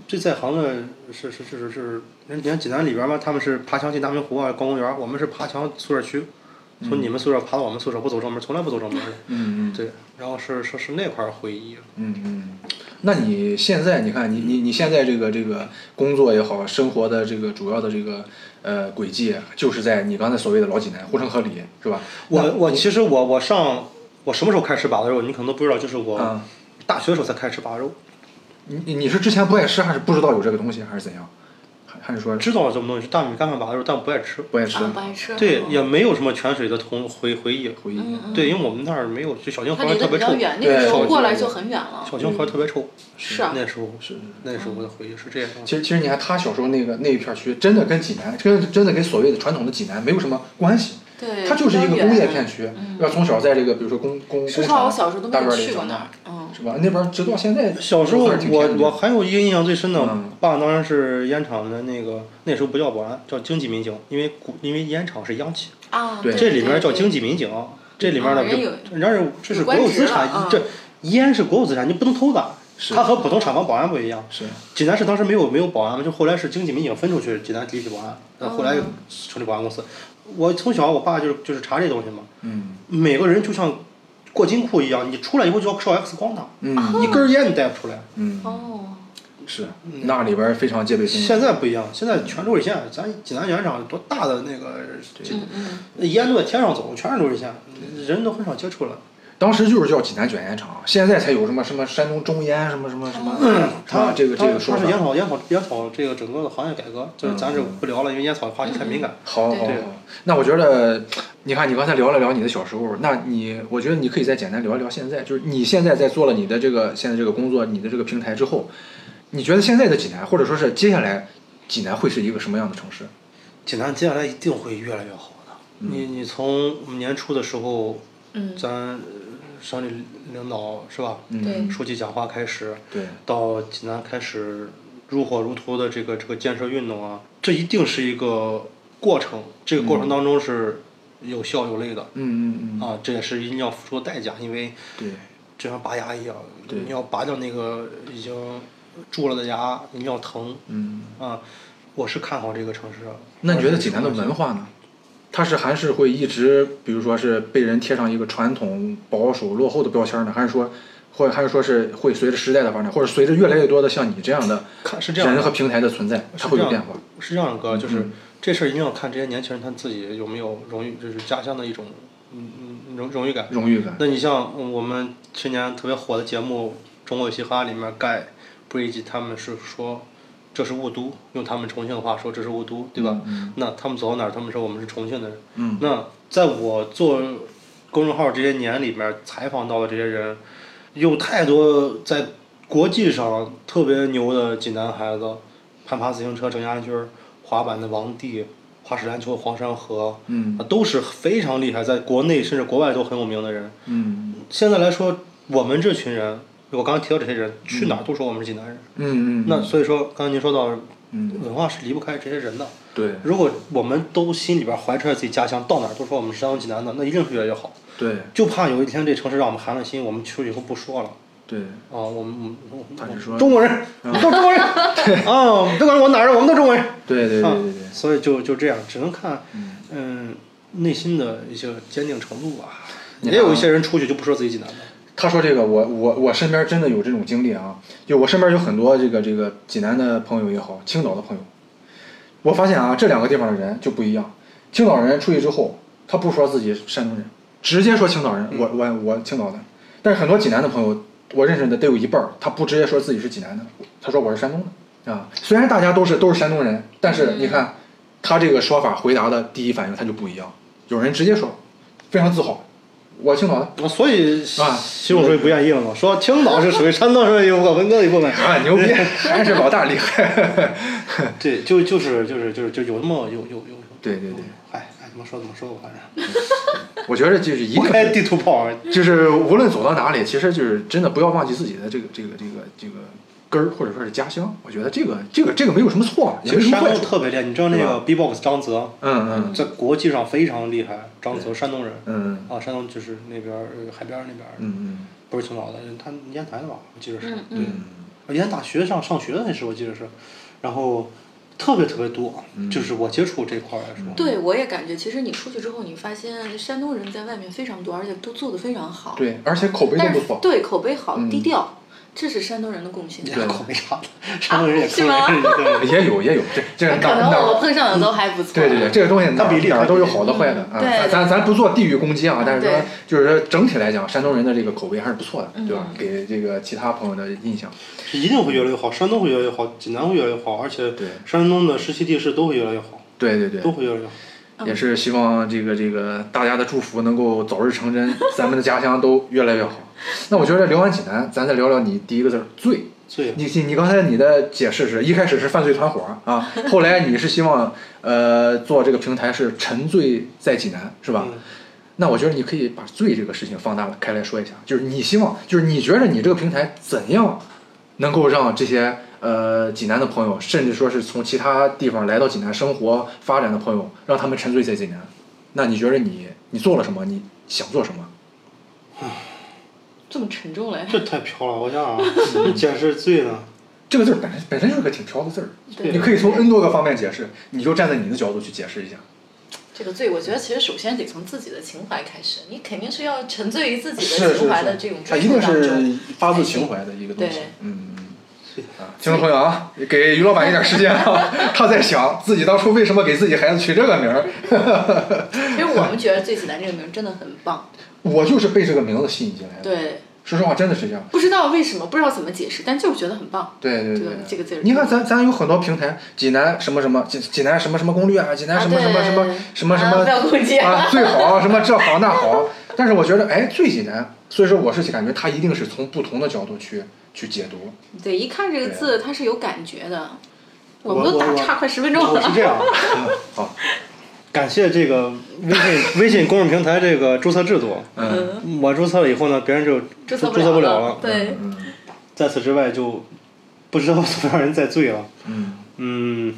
[SPEAKER 3] 最在行的是是是是是，人你看济南里边嘛，他们是爬墙进大明湖啊，逛公园，我们是爬墙宿舍区，从你们宿舍爬到我们宿舍不走正门，从来不走正门的。
[SPEAKER 4] 嗯嗯
[SPEAKER 3] 对，然后是是是那块儿回忆，
[SPEAKER 4] 嗯嗯。那你现在你看你你你现在这个这个工作也好，生活的这个主要的这个呃轨迹，就是在你刚才所谓的老济南护城河里是吧？
[SPEAKER 3] 我我其实我我上我什么时候开始吃把子肉，你可能都不知道，就是我
[SPEAKER 5] 嗯
[SPEAKER 4] 啊，
[SPEAKER 3] 大学的时候才开始吃把子肉，
[SPEAKER 4] 你你你是之前不爱吃，还是不知道有这个东西，还是怎样？还还是说
[SPEAKER 3] 知道这么东西是大米干饭把子肉，但不爱吃。
[SPEAKER 4] 不爱吃？
[SPEAKER 5] 啊，不爱吃。
[SPEAKER 3] 对，也没有什么泉水的同回回忆。
[SPEAKER 4] 回忆。
[SPEAKER 5] 嗯，嗯，
[SPEAKER 3] 对，因为我们那儿没有，就小清
[SPEAKER 5] 他
[SPEAKER 3] 河
[SPEAKER 5] 离得
[SPEAKER 3] 特
[SPEAKER 5] 比
[SPEAKER 3] 别
[SPEAKER 5] 较
[SPEAKER 3] 臭，
[SPEAKER 5] 远，那个时
[SPEAKER 4] 对
[SPEAKER 5] 候
[SPEAKER 4] 我
[SPEAKER 5] 过
[SPEAKER 4] 记
[SPEAKER 5] 来
[SPEAKER 4] 得
[SPEAKER 5] 就很远了。
[SPEAKER 3] 小清河特别臭。
[SPEAKER 5] 是啊，
[SPEAKER 3] 那时候
[SPEAKER 4] 是是
[SPEAKER 3] 那时候我的回忆是这样的。
[SPEAKER 4] 其实其实你看他小时候那个那一片区，真的跟济南，真真的跟所谓的传统的济南没有什么关系。
[SPEAKER 5] 对，
[SPEAKER 4] 它就是一个
[SPEAKER 5] 比较远嗯
[SPEAKER 4] 工业片。区，要从小在这个比如说工工
[SPEAKER 5] 说
[SPEAKER 4] 工
[SPEAKER 5] 实话，
[SPEAKER 4] 厂
[SPEAKER 5] 啊我小时候都
[SPEAKER 4] 大
[SPEAKER 5] 没
[SPEAKER 4] 院
[SPEAKER 5] 有
[SPEAKER 4] 里
[SPEAKER 5] 去过
[SPEAKER 4] 长
[SPEAKER 5] 那
[SPEAKER 4] 大
[SPEAKER 5] 儿，，嗯，
[SPEAKER 4] 是吧？那边直到现在，
[SPEAKER 3] 小时候
[SPEAKER 4] 还是挺
[SPEAKER 3] 我
[SPEAKER 4] 偏的
[SPEAKER 3] 我还有一个印象最深的，
[SPEAKER 4] 嗯
[SPEAKER 3] 爸当然是烟厂的那个，那时候不叫保安，叫经济民警，因为古因为烟厂是央企，
[SPEAKER 5] 啊，
[SPEAKER 4] 对
[SPEAKER 3] 这里边叫经
[SPEAKER 5] 济，
[SPEAKER 3] 济民警，这里面的
[SPEAKER 5] 啊人有
[SPEAKER 3] 人家是这是国有资产
[SPEAKER 5] 有，官职
[SPEAKER 3] 这
[SPEAKER 5] 了
[SPEAKER 3] 烟是国有资产，你不能偷的。
[SPEAKER 4] 是
[SPEAKER 3] 它和普通厂房保安不一样，
[SPEAKER 4] 是
[SPEAKER 3] 济南市当时没有没有保安嘛，就后来是经济民警分出去，济南地区保安，呃后来又成立保安公司。我从小我爸就是就是查这东西嘛，
[SPEAKER 4] 嗯
[SPEAKER 3] 每个人就像过金库一样，你出来以后就要照 X 光的，
[SPEAKER 5] 啊
[SPEAKER 4] 嗯
[SPEAKER 3] 一根烟你带不出来。
[SPEAKER 4] 嗯
[SPEAKER 5] 哦，
[SPEAKER 4] 是
[SPEAKER 5] 嗯
[SPEAKER 4] 那里边非常戒备森严。
[SPEAKER 3] 现在不一样，现在全流水线，咱济南原厂多大的那个，这
[SPEAKER 5] 嗯嗯，
[SPEAKER 3] 烟都在天上走，全是流水线，人都很少接触了。
[SPEAKER 4] 当时就是叫济南卷烟厂，现在才有什么什么山东中烟什么什么什么，
[SPEAKER 5] 嗯
[SPEAKER 4] 是吧啊
[SPEAKER 3] 它
[SPEAKER 4] 嗯这个这
[SPEAKER 3] 它
[SPEAKER 4] 个说
[SPEAKER 3] 嗯它是烟
[SPEAKER 4] 法。嗯
[SPEAKER 3] 草烟草烟草这个整个的行业改革，就是咱这不聊了，因为烟草话题太敏感。
[SPEAKER 4] 好好
[SPEAKER 5] 对
[SPEAKER 4] 好
[SPEAKER 3] 对，
[SPEAKER 4] 那我觉得，你看你刚才聊了聊你的小时候，那你我觉得你可以再简单聊一聊现在，就是你现在在做了你的这个现在这个工作，你的这个平台之后，你觉得现在的济南，或者说是接下来济南会是一个什么样的城市？
[SPEAKER 3] 济南接下来一定会越来越好的。
[SPEAKER 4] 嗯
[SPEAKER 3] 你你从年初的时候，
[SPEAKER 5] 嗯
[SPEAKER 3] 咱呃省里领导是吧，
[SPEAKER 4] 嗯
[SPEAKER 5] 对
[SPEAKER 3] 书记讲话开始，
[SPEAKER 4] 对，
[SPEAKER 3] 到济南开始如火如荼的这个这个建设运动啊，这一定是一个过程，这个
[SPEAKER 4] 嗯
[SPEAKER 3] 过程当中是有笑有泪的、
[SPEAKER 4] 嗯嗯嗯，
[SPEAKER 3] 啊，这也是一定要付出代价，因为
[SPEAKER 4] 对，
[SPEAKER 3] 就像拔牙一样，
[SPEAKER 4] 对
[SPEAKER 3] 你要拔掉那个已经蛀了的牙，你要疼
[SPEAKER 4] 嗯，
[SPEAKER 3] 啊。我是看好这个城市的，啊
[SPEAKER 4] 那你觉得济南的文化呢？它是还是会一直，比如说是被人贴上一个传统、保守、落后的标签呢？还是说，或者还是说是会随着时代的发展，或者随着越来越多的像你这样的
[SPEAKER 3] 看是这样
[SPEAKER 4] 人
[SPEAKER 3] 的
[SPEAKER 4] 和平台的存在，它
[SPEAKER 3] 是这
[SPEAKER 4] 会有
[SPEAKER 3] 样
[SPEAKER 4] 变化？
[SPEAKER 3] 是这样哥，就是
[SPEAKER 4] 嗯
[SPEAKER 3] 这事儿一定要看这些年轻人他自己有没有荣誉，就是家乡的一种嗯嗯荣荣誉感。
[SPEAKER 4] 荣誉感，
[SPEAKER 3] 那你像嗯我们去年特别火的节目《中国有嘻哈》里面盖布瑞吉他们是说这是雾都，用他们重庆的话说这是雾都，对吧？那他们走到哪儿，他们说我们是重庆的人。
[SPEAKER 4] 嗯
[SPEAKER 3] 那在我做公众号这些年里面采访到的这些人，有太多在国际上特别牛的济南孩子，攀爬自行车郑家军儿，滑板的王帝，滑式篮球黄山河，
[SPEAKER 4] 嗯
[SPEAKER 3] 啊，都是非常厉害，在国内甚至国外都很有名的人。
[SPEAKER 4] 嗯
[SPEAKER 3] 现在来说，我们
[SPEAKER 4] 嗯
[SPEAKER 3] 这群人，我刚刚提到这些人，去哪儿都说我们是济南人。
[SPEAKER 4] 嗯嗯，
[SPEAKER 3] 那所以说，刚才您说到
[SPEAKER 4] 嗯
[SPEAKER 3] 文化是离不开这些人的。
[SPEAKER 4] 对
[SPEAKER 3] 如果我们都心里边怀揣着自己家乡，到哪儿都说我们是山东济南的，那一定是越来越好。
[SPEAKER 4] 对
[SPEAKER 3] 就怕有一天这城市让我们寒了心，我们去了以后不说了。
[SPEAKER 4] 对，
[SPEAKER 3] 啊，我们我们
[SPEAKER 4] 他是说嗯
[SPEAKER 3] 中国人，都是中国人啊！别管我哪儿人，我们都是中国人。
[SPEAKER 4] 对对对
[SPEAKER 3] 啊
[SPEAKER 4] 对对，
[SPEAKER 3] 所以就就这样，只能看嗯内心的一些坚定程度吧。
[SPEAKER 4] 你
[SPEAKER 3] 也有
[SPEAKER 4] 看
[SPEAKER 3] 一些人出去就不说自己济南的，
[SPEAKER 4] 他说这个，我我我身边真的有这种经历啊，就我身边有很多这个这个济南的朋友也好，青岛的朋友，我发现啊，这两个地方的人就不一样。青岛人出去之后，他不说自己山东人，直接说青岛人，我我我青岛的。但是很多济南的朋友，我认识的得有一半儿，他不直接说自己是济南的，他说我是山东的啊。虽然大家都是都是山东人，但是你看、他这个说法回答的第一反应他就不一样。有人直接说，非常自豪，我青岛的。
[SPEAKER 3] 啊所以
[SPEAKER 4] 啊
[SPEAKER 3] 习总书记不愿意了嘛，说青岛是属于山东省有个文革的一部分。
[SPEAKER 4] 啊，牛逼，还是老大厉害。
[SPEAKER 3] 对，就就是就是就是就有那么有有有有，
[SPEAKER 4] 对对对，
[SPEAKER 3] 哎哎，怎么说怎么说吧，反正。
[SPEAKER 4] 我觉得就是一
[SPEAKER 3] 不
[SPEAKER 4] 定
[SPEAKER 3] 开
[SPEAKER 4] 是，
[SPEAKER 3] 地图炮，
[SPEAKER 4] 就是无论走到哪里，其实就是真的不要忘记自己的这个这个这个这个根儿，或者说是家乡。我觉得这个这个这个没有什么错，啊也
[SPEAKER 3] 其
[SPEAKER 4] 没
[SPEAKER 3] 实
[SPEAKER 4] 什么
[SPEAKER 3] 山
[SPEAKER 4] 坏
[SPEAKER 3] 东
[SPEAKER 4] 处。
[SPEAKER 3] 特别厉害。你知道那
[SPEAKER 4] 对
[SPEAKER 3] 个
[SPEAKER 4] 吧
[SPEAKER 3] B-box 张泽，
[SPEAKER 4] 嗯嗯
[SPEAKER 3] 在国际上非常厉害。张泽，山东人，
[SPEAKER 4] 嗯
[SPEAKER 3] 啊，山东就是那边儿呃海边儿那边儿，
[SPEAKER 4] 嗯
[SPEAKER 3] 不是青岛的，他烟台的吧？我记得是，
[SPEAKER 4] 嗯嗯
[SPEAKER 3] 我以前大学上上学那时候我记得是，然后特别特别多，
[SPEAKER 4] 嗯
[SPEAKER 3] 就是我接触这块儿来说，
[SPEAKER 5] 对，我也感觉，其实你出去之后，你发现山东人在外面非常多，而且都做得非常好。，
[SPEAKER 4] 对，而且口碑都
[SPEAKER 5] 但
[SPEAKER 4] 不
[SPEAKER 5] 是
[SPEAKER 4] 错。
[SPEAKER 5] 对口碑好，
[SPEAKER 4] 嗯
[SPEAKER 5] 低调，这是山东人的共性。啊
[SPEAKER 3] 也口没啥的，山东人也
[SPEAKER 5] 是
[SPEAKER 3] 坑
[SPEAKER 5] 吗
[SPEAKER 3] 人，对
[SPEAKER 4] 也有也有，这这
[SPEAKER 5] 可
[SPEAKER 4] 哪
[SPEAKER 5] 能
[SPEAKER 4] 哪
[SPEAKER 5] 我碰上的都还不错。
[SPEAKER 4] 对对对，这个东西哪
[SPEAKER 3] 它比例
[SPEAKER 4] 哪儿
[SPEAKER 3] 它比
[SPEAKER 4] 都
[SPEAKER 3] 例
[SPEAKER 4] 有好的坏的啊。咱
[SPEAKER 5] 对嗯对
[SPEAKER 4] 咱咱不做地域攻击啊，但是说
[SPEAKER 5] 对嗯
[SPEAKER 4] 就是说整体来讲，山东人的这个口碑还是不错的，对吧？给这个其他朋友的印象。
[SPEAKER 3] 是一定会越来越好，山东会越来越好，济南会越来越好，而且
[SPEAKER 4] 对
[SPEAKER 3] 山东的十七地市都会越来越好，
[SPEAKER 4] 对对对，
[SPEAKER 3] 都会越来越好。
[SPEAKER 4] 也是希望这个这个大家的祝福能够早日成真，咱们的家乡都越来越好。那我觉得聊完济南，咱再聊聊你第一个字儿醉。
[SPEAKER 3] 最
[SPEAKER 4] 你你你刚才你的解释是一开始是犯罪团伙儿啊，后来你是希望呃做这个平台是沉醉在济南是吧？
[SPEAKER 3] 嗯
[SPEAKER 4] 那我觉得你可以把醉这个事情放大开来说一下，就是你希望，就是你觉得你这个平台怎样能够让这些呃济南的朋友，甚至说是从其他地方来到济南生活发展的朋友，让他们沉醉在济南？那你觉得你你做了什么？你想做什么？
[SPEAKER 5] 这么沉重嘞。
[SPEAKER 3] 这太飘了，我想想啊，你解释最呢？
[SPEAKER 4] 这个字儿本身本身就是个挺飘的字儿，
[SPEAKER 5] 对
[SPEAKER 4] 你可以从 N 多个方面解释，你就站在你的角度去解释一下。
[SPEAKER 5] 这个罪，我觉得其实首先得从自己的情怀开始，你肯定是要沉醉于自己
[SPEAKER 4] 是
[SPEAKER 5] 的
[SPEAKER 4] 是
[SPEAKER 5] 情怀的
[SPEAKER 4] 是
[SPEAKER 5] 这种，
[SPEAKER 4] 它
[SPEAKER 5] 追
[SPEAKER 4] 一
[SPEAKER 5] 求
[SPEAKER 4] 定
[SPEAKER 5] 当中。
[SPEAKER 4] 是发自情怀的一个东西
[SPEAKER 5] 对。
[SPEAKER 4] 嗯，嗯嗯啊，听众朋友啊，给于老板一点时间啊，他在想自己当初为什么给自己孩子取这个名儿。
[SPEAKER 5] 其实我们觉得“最济南”这个名儿真的很棒，
[SPEAKER 4] 我就是被这个名字吸引进来的。，
[SPEAKER 5] 对，
[SPEAKER 4] 说实话，真的是这样。
[SPEAKER 5] 不知道为什么，不知道怎么解释，但就是觉得很棒。
[SPEAKER 4] 对对
[SPEAKER 5] 这
[SPEAKER 4] 对
[SPEAKER 5] 个，这个字儿
[SPEAKER 4] 你看咱咱有很多平台，济南什么什么，济济南什么什么攻略啊，济南什么什么什么
[SPEAKER 5] 啊对
[SPEAKER 4] 什么什
[SPEAKER 5] 啊
[SPEAKER 4] 么
[SPEAKER 5] 不要攻击
[SPEAKER 4] 啊， 最好什么这好那好。 但是我觉得，哎，最济南，所以说我是感觉它一定是从不同的角度去去解读。
[SPEAKER 5] 对，一看这个
[SPEAKER 4] 对
[SPEAKER 5] 字，它是有感觉的。
[SPEAKER 3] 我
[SPEAKER 5] 我们都打
[SPEAKER 3] 我
[SPEAKER 5] 岔快十分钟
[SPEAKER 3] 我是
[SPEAKER 5] 了，
[SPEAKER 3] 这样，啊
[SPEAKER 4] 好，
[SPEAKER 3] 感谢这个微信微信公众平台这个注册制度，
[SPEAKER 4] 嗯
[SPEAKER 3] 我注册了以后呢，别人就
[SPEAKER 5] 注
[SPEAKER 3] 册
[SPEAKER 5] 册
[SPEAKER 3] 注不了
[SPEAKER 5] 了。。对，
[SPEAKER 4] 嗯
[SPEAKER 3] 在此之外就不知道 多少人再醉了。
[SPEAKER 4] 嗯
[SPEAKER 3] 嗯，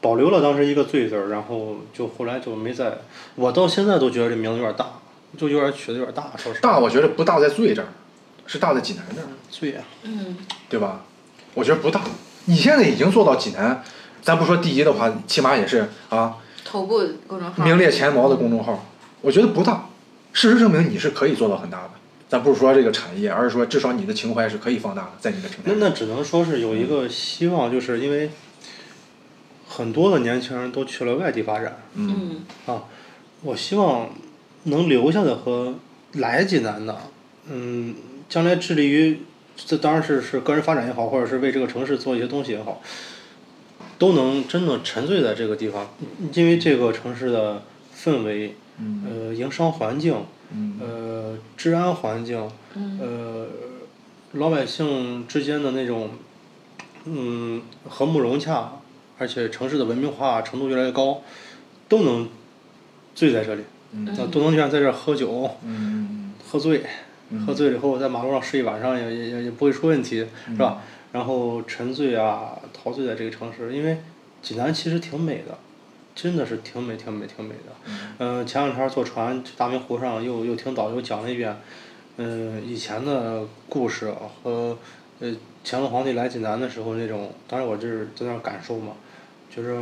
[SPEAKER 3] 保留了当时一个“醉”字儿，然后就后来就没再。我到现在都觉得这名字有点大，就有点取的有点大，说实话。
[SPEAKER 4] 大我觉得不大在醉这儿，是大在济南这儿，
[SPEAKER 3] 醉啊！
[SPEAKER 5] 嗯，
[SPEAKER 4] 对吧？我觉得不大。你现在已经做到济南，咱不说第一的话，起码也是啊，
[SPEAKER 5] 头部公众号
[SPEAKER 4] 名列前茅的公众号，我觉得不大。事实证明你是可以做到很大的，咱不是说这个产业，而是说至少你的情怀是可以放大的，在你的平台
[SPEAKER 3] 那
[SPEAKER 4] 上。
[SPEAKER 3] 那只能说是有一个希望，就是因为很多的年轻人都去了外地发展
[SPEAKER 4] 嗯
[SPEAKER 5] 嗯，
[SPEAKER 3] 啊。我希望能留下的和来济南的，嗯，将来致力于这当然是是个人发展也好，或者是为这个城市做一些东西也好，都能真的沉醉在这个地方，因为这个城市的氛围，
[SPEAKER 4] 嗯
[SPEAKER 3] 呃，营商环境，呃，治安环境，呃，老百姓之间的那种，嗯，和睦融洽，而且城市的文明化程度越来越高，都能醉在这里，啊，都能愿意在这儿喝酒，
[SPEAKER 4] 嗯
[SPEAKER 3] 喝醉，喝醉了以后在马路上睡一晚上也也也也不会出问题，是吧？然后沉醉啊、陶醉在这个城市，因为济南其实挺美的，真的是挺美、挺美、挺美的。嗯、前两天坐船去大明湖上又，又听导游讲了一遍，嗯、以前的故事和呃乾隆皇帝来济南的时候那种，当然我就是在那儿感受嘛，就是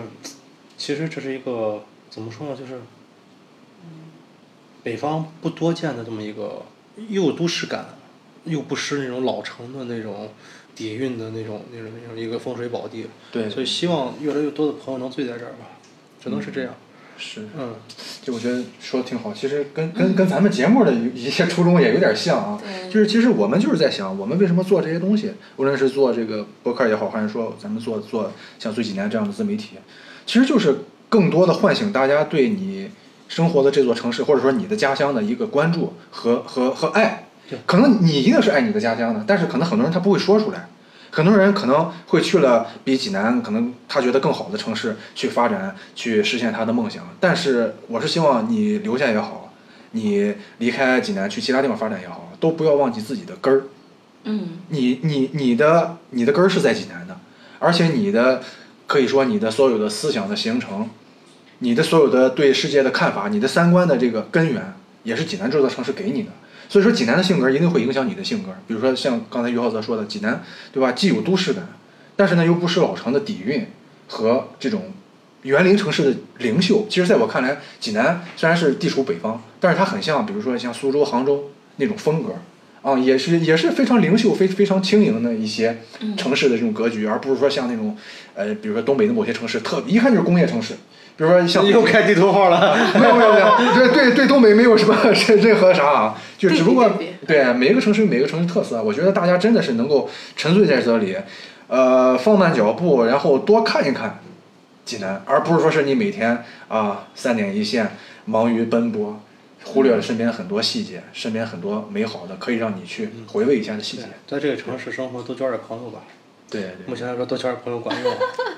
[SPEAKER 3] 其实这是一个怎么说呢，就是北方不多见的这么一个，又有都市感，又不失那种老城的那种底蕴的那种那种那种一个风水宝地。
[SPEAKER 4] 对
[SPEAKER 3] 所以希望越来越多的朋友能醉在这儿吧，只能是这样。
[SPEAKER 4] 是，
[SPEAKER 3] 嗯，
[SPEAKER 4] 就我觉得说的挺好。其实跟跟跟咱们节目的一些初衷也有点像啊，
[SPEAKER 5] 对
[SPEAKER 4] 就是其实我们就是在想，我们为什么做这些东西，无论是做这个博客也好，还是说咱们做做像最济南这样的自媒体，其实就是更多的唤醒大家对你生活的这座城市，或者说你的家乡的一个关注和和和爱
[SPEAKER 3] 对。
[SPEAKER 4] 可能你一定是爱你的家乡的，但是可能很多人他不会说出来。很多人可能会去了比济南可能他觉得更好的城市去发展，去实现他的梦想。但是我是希望你留下也好，你离开济南去其他地方发展也好，都不要忘记自己的根儿。
[SPEAKER 5] 嗯，
[SPEAKER 4] 你你你的你的根儿是在济南的，而且你的可以说你的所有的思想的形成，你的所有的对世界的看法，你的三观的这个根源，也是济南这座城市给你的。所以说，济南的性格一定会影响你的性格。比如说，像刚才于浩泽说的，济南对吧，既有都市感，但是呢又不失老城的底蕴和这种园林城市的灵秀。其实，在我看来，济南虽然是地处北方，但是它很像，比如说像苏州、杭州那种风格。啊，也是也是非常灵秀、非非常轻盈的一些城市的这种格局，而不是说像那种，呃，比如说东北的某些城市，特一看就是工业城市，比如说像
[SPEAKER 3] 又开地图炮 了。
[SPEAKER 4] 没有没有没 有，对对对，东北没有什么 任任何啥啊，就只不过
[SPEAKER 5] 对
[SPEAKER 4] 对每一个城市有每个城市特色，我觉得大家真的是能够沉醉在这里，呃，放慢脚步，然后多看一看济南，而不是说是你每天啊三点一线忙于奔波，忽略了身边很多细节，身边很多美好的可以让你去回味一下的细节。
[SPEAKER 3] 在这个城市生活，多交点朋友吧。
[SPEAKER 4] 对
[SPEAKER 3] 目
[SPEAKER 4] 对，
[SPEAKER 3] 前来说，多交点朋友管用。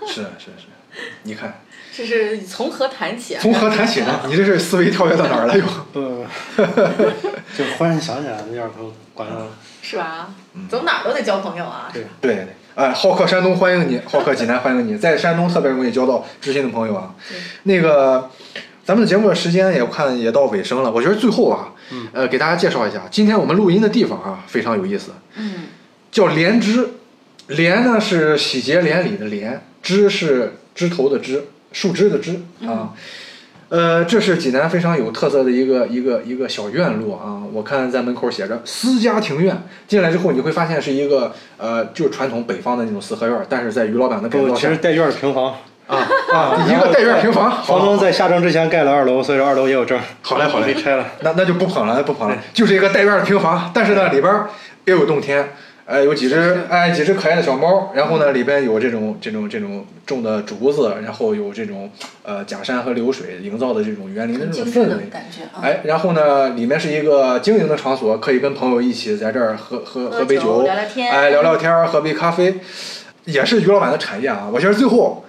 [SPEAKER 4] 是是是，你看
[SPEAKER 5] 这是从何谈起啊？
[SPEAKER 4] 从何谈起呢？你这是思维跳跃到哪儿了又？
[SPEAKER 3] 不， 就忽然想起来，那点朋友管
[SPEAKER 4] 嗯
[SPEAKER 3] 用。
[SPEAKER 5] 是吧？走哪儿都得交朋友啊。
[SPEAKER 3] 对
[SPEAKER 4] 对对，哎，好客山东欢迎你，好客济南欢迎你，在山东特别容易交到知心的朋友啊。那个，咱们的节目的时间也看也到尾声了，我觉得最后啊，呃，给大家介绍一下，今天我们录音的地方啊非常有意思，
[SPEAKER 5] 嗯，
[SPEAKER 4] 叫莲枝，莲呢是喜结连理的莲，枝是枝头的枝，树枝的枝啊。呃，这是济南非常有特色的一个一个一个小院落啊！我看在门口写着“私家庭院”，进来之后你会发现是一个呃，就是传统北方的那种四合院，但是在于老板的改
[SPEAKER 3] 不，
[SPEAKER 4] 造
[SPEAKER 3] 其
[SPEAKER 4] 下
[SPEAKER 3] 实带院儿平房，
[SPEAKER 4] 啊啊，一个带院平房，
[SPEAKER 3] 房东
[SPEAKER 4] 好
[SPEAKER 3] 在下证之前盖了二楼，所以说二楼也有证。
[SPEAKER 4] 好嘞好嘞
[SPEAKER 3] 被拆了。
[SPEAKER 4] 那那就不捧了，不捧了，就是一个带院的平房，但是呢，里边儿别有洞天，呃，有几只哎几只可爱的小猫，然后呢，里边有这种这种这种种的竹子，然后有这种呃假山和流水营造的这种园林的这
[SPEAKER 5] 精
[SPEAKER 4] 种
[SPEAKER 5] 致
[SPEAKER 4] 氛
[SPEAKER 5] 的
[SPEAKER 4] 围。
[SPEAKER 5] 感觉啊。
[SPEAKER 4] 哎，然后呢，里面是一个经营的场所，可以跟朋友一起在这儿喝喝
[SPEAKER 5] 喝
[SPEAKER 4] 喝杯
[SPEAKER 5] 酒聊聊天
[SPEAKER 4] 哎，聊聊天儿，喝杯咖啡，也是于老板的产业啊。我觉得最后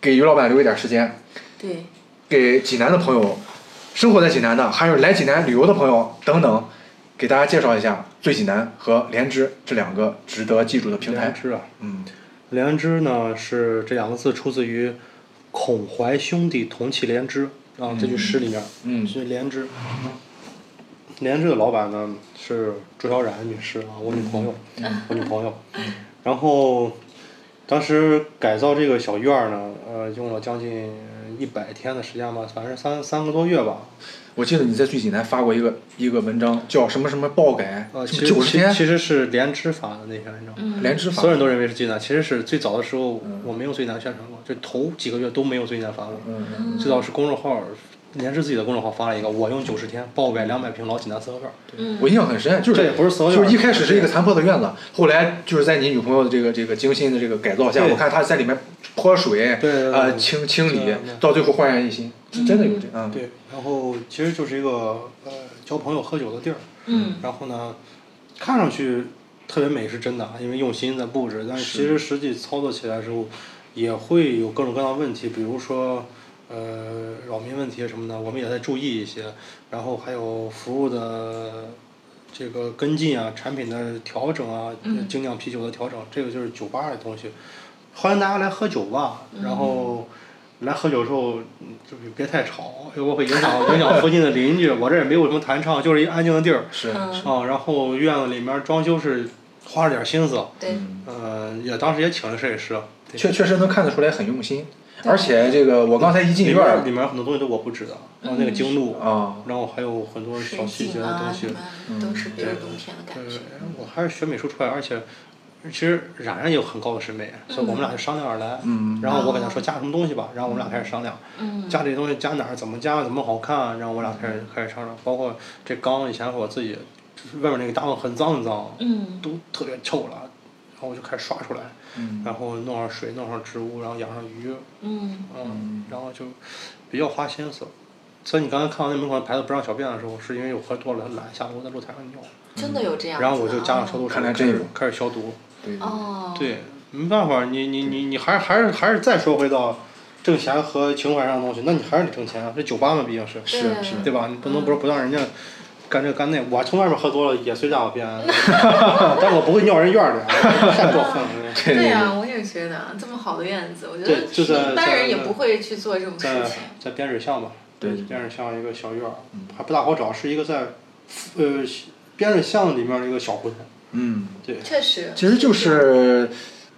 [SPEAKER 4] 给于老板留一点时间，
[SPEAKER 5] 对，
[SPEAKER 4] 给济南的朋友，生活在济南的，还有来济南旅游的朋友等等，给大家介绍一下最济南和莲枝这两个值得记住的平台
[SPEAKER 3] 莲。枝啊，
[SPEAKER 4] 嗯，
[SPEAKER 3] 莲枝呢是这两个字出自于“孔怀兄弟同气莲枝”啊这句诗里面。
[SPEAKER 4] 嗯
[SPEAKER 3] 是莲枝。莲枝的老板呢是朱小冉女士啊，我女朋友，
[SPEAKER 4] 嗯
[SPEAKER 3] 我女朋友。然后当时改造这个小院儿呢，呃，用了将近一百天的时间吧，反正三三个多月吧。
[SPEAKER 4] 我记得你在最济南发过一个一个文章，叫什么什么爆改，
[SPEAKER 3] 呃，
[SPEAKER 4] 什
[SPEAKER 3] 其
[SPEAKER 4] 么
[SPEAKER 3] 实
[SPEAKER 4] 九十
[SPEAKER 3] 其
[SPEAKER 4] 天
[SPEAKER 3] 其实是莲枝法的那篇文章。
[SPEAKER 4] 莲枝法
[SPEAKER 3] 所有。人都认为是最难，其实是最早的时候我没有最难宣传过，就头几个月都没有最难发过。
[SPEAKER 4] 嗯
[SPEAKER 3] 最早是公众号，连是自己的公众号发了一个，我用九十天爆改两百平老济南四合院。
[SPEAKER 4] 嗯，我印象很深，就是
[SPEAKER 3] 这也不是所有
[SPEAKER 4] 就是
[SPEAKER 3] 人
[SPEAKER 4] 一开始是一个残破的院子，后来就是在你女朋友的这个这个精心的这个改造下，
[SPEAKER 3] 对
[SPEAKER 4] 我看她在里面泼水，
[SPEAKER 3] 对对对
[SPEAKER 4] 呃
[SPEAKER 3] 对
[SPEAKER 4] 清清
[SPEAKER 3] 对
[SPEAKER 4] 理
[SPEAKER 3] 对对，
[SPEAKER 4] 到最后焕然一新，是真的有这样。嗯
[SPEAKER 3] 对，然后其实就是一个呃交朋友喝酒的地儿。
[SPEAKER 5] 嗯，
[SPEAKER 3] 然后呢，看上去特别美是真的，啊因为用心在布置，但是其实实际操作起来的时候，也会有各种各样的问题，比如说呃扰民问题什么的，我们也在注意一些，然后还有服务的这个跟进啊、产品的调整啊、精酿啤酒的调整，这个就是酒吧的东西。欢迎大家来喝酒吧，然后来喝酒的时候嗯就是别太吵，要不会影响影响附近的邻居。我这也没有什么弹唱，就是一安静的地儿
[SPEAKER 4] 是
[SPEAKER 5] 嗯，
[SPEAKER 3] 啊。然后院子里面装修是花了点心思，
[SPEAKER 5] 对，
[SPEAKER 3] 呃，也当时也请了设计师。对
[SPEAKER 4] 确确实能看得出来很用心。而且这个我刚才一进
[SPEAKER 3] 里
[SPEAKER 4] 院儿
[SPEAKER 3] 面里面很多东西都我不知道，然后那个精度，
[SPEAKER 4] 啊，
[SPEAKER 3] 然后还有很多小
[SPEAKER 5] 水
[SPEAKER 3] 细节
[SPEAKER 5] 嗯景
[SPEAKER 3] 的
[SPEAKER 5] 啊
[SPEAKER 3] 东西
[SPEAKER 5] 什。么都是别人冬天的感
[SPEAKER 3] 对
[SPEAKER 5] 觉，，
[SPEAKER 3] 我还是学美术出来，而且其实冉冉也有很高的审美，所以我们俩就商量着来。
[SPEAKER 4] 嗯
[SPEAKER 3] 然后我给他说加什么东西吧，然后我们俩开始商量，
[SPEAKER 5] 哦嗯
[SPEAKER 3] 加这东西加哪儿，怎么加，怎么好看，然后我俩开始开始商量，包括这缸以前我自己就是外面那个搭子很脏很脏，
[SPEAKER 5] 嗯
[SPEAKER 3] 都特别臭了，然后我就开始刷出来，
[SPEAKER 4] 嗯
[SPEAKER 3] 然后弄上水，弄上植物，然后养上鱼，
[SPEAKER 5] 嗯
[SPEAKER 3] 嗯，然后就比较花心思。所以你刚才看到那门口牌子不让小便的时候，是因为有喝多了懒得下楼在露台上尿，
[SPEAKER 5] 真的有这样子的
[SPEAKER 3] 然
[SPEAKER 5] 啊。
[SPEAKER 3] 后我就加上消毒水，
[SPEAKER 4] 看来
[SPEAKER 3] 开
[SPEAKER 4] 真有
[SPEAKER 3] 始开始消毒。
[SPEAKER 4] 对，
[SPEAKER 5] 哦，
[SPEAKER 3] 对，没办法，你你你你还是还是还是再说回到挣钱和情怀上的东西，那你还是得挣钱啊，这酒吧嘛毕竟是，
[SPEAKER 4] 是
[SPEAKER 5] 对
[SPEAKER 4] 是，
[SPEAKER 3] 对吧？你不
[SPEAKER 4] 嗯
[SPEAKER 3] 能不是不让人家干这干那，我从外面喝多了也随大小 便，但我不会尿人院里啊，太过分了。
[SPEAKER 4] 这
[SPEAKER 5] 对啊呀，我也觉得这么好的院子，我觉
[SPEAKER 3] 对就在
[SPEAKER 5] 得一般
[SPEAKER 3] 在
[SPEAKER 5] 人也不会去做这种事
[SPEAKER 3] 在
[SPEAKER 5] 情。
[SPEAKER 3] 在边水巷吧，
[SPEAKER 4] 对嗯
[SPEAKER 3] 边水巷一个小院儿，还不大好找，是一个在呃边水巷里面的一个小胡同，
[SPEAKER 4] 嗯，
[SPEAKER 3] 对，
[SPEAKER 5] 确实，
[SPEAKER 4] 其实就是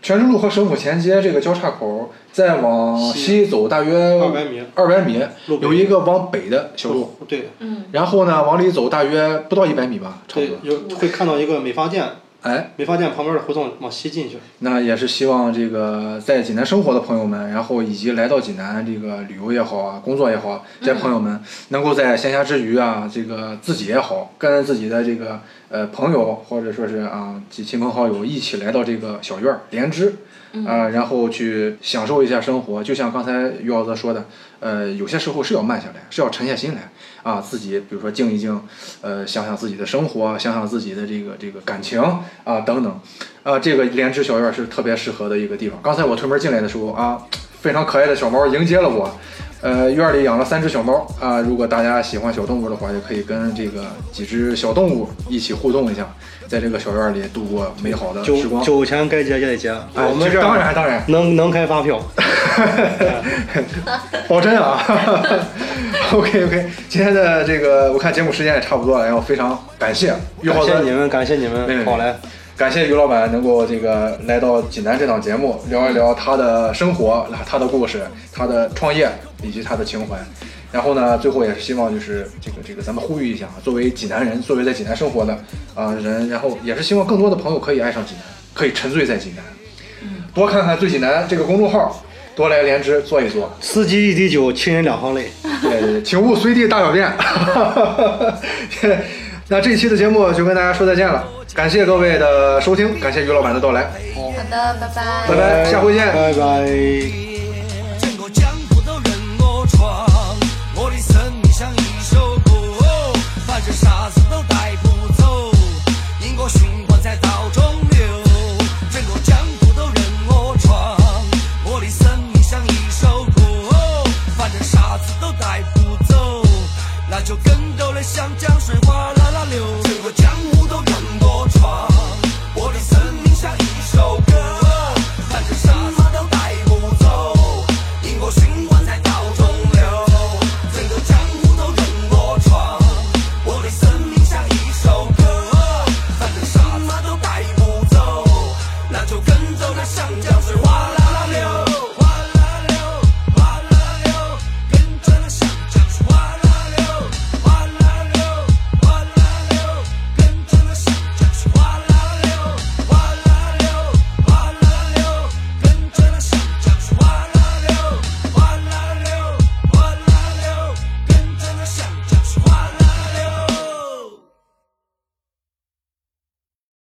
[SPEAKER 4] 泉州路和省府前街这个交叉口，再往西走大约
[SPEAKER 3] 二百米，
[SPEAKER 4] 二百米，
[SPEAKER 3] 路北
[SPEAKER 4] 有一个往北的小路，
[SPEAKER 3] 对
[SPEAKER 5] 嗯，
[SPEAKER 4] 然后呢往里走大约不到一百米吧，差不
[SPEAKER 3] 对
[SPEAKER 4] 多，。
[SPEAKER 3] 有会看到一个美发店，
[SPEAKER 4] 哎，
[SPEAKER 3] 美发店旁边的胡同往西进去，
[SPEAKER 4] 那也是希望这个在济南生活的朋友们，然后以及来到济南这个旅游也好啊，工作也好啊，这些朋友们能够在闲暇之余啊，这个自己也好，跟自己的这个呃朋友或者说是啊几亲朋好友一起来到这个小院儿莲枝啊、然后去享受一下生活。就像刚才于老师说的，呃，有些时候是要慢下来，是要沉下心来啊，自己比如说静一静，呃，想想自己的生活，想想自己的这个这个感情啊等等，啊，这个莲池小院是特别适合的一个地方。刚才我推门进来的时候啊，非常可爱的小猫迎接了我。呃，院里养了三只小猫啊，如果大家喜欢小动物的话，也可以跟这个几只小动物一起互动一下，在这个小院里度过美好的时
[SPEAKER 3] 酒
[SPEAKER 4] 光。
[SPEAKER 3] 酒钱该结也得结，
[SPEAKER 4] 哎
[SPEAKER 3] 我们这儿
[SPEAKER 4] 当然当然，
[SPEAKER 3] 能能开发 票，哎
[SPEAKER 4] 保真啊 ！OK OK，今天的这个我看节目时间也差不多了，然后非常感谢于
[SPEAKER 3] 感
[SPEAKER 4] 浩
[SPEAKER 3] 谢
[SPEAKER 4] 哥
[SPEAKER 3] 你们，感谢你
[SPEAKER 4] 没没
[SPEAKER 3] 们跑来，
[SPEAKER 4] 感谢于老板能够这个来到济南这档节目，聊一聊他的生活、他的故事、他的创业以及他的情怀。然后呢，最后也是希望就是这个这个，咱们呼吁一下啊，作为济南人，作为在济南生活的啊、人，然后也是希望更多的朋友可以爱上济南，可以沉醉在济南，多看看“最济南”这个公众号，多来莲枝坐一坐。
[SPEAKER 3] 司机一滴酒，亲人两行泪。
[SPEAKER 4] 对对对，请勿随地大小便。 那这一期的节目就跟大家说再见了，感谢各位的收听，感谢于老板的到来，
[SPEAKER 5] 好的，拜拜
[SPEAKER 4] 拜。拜，下回见。
[SPEAKER 3] 拜拜。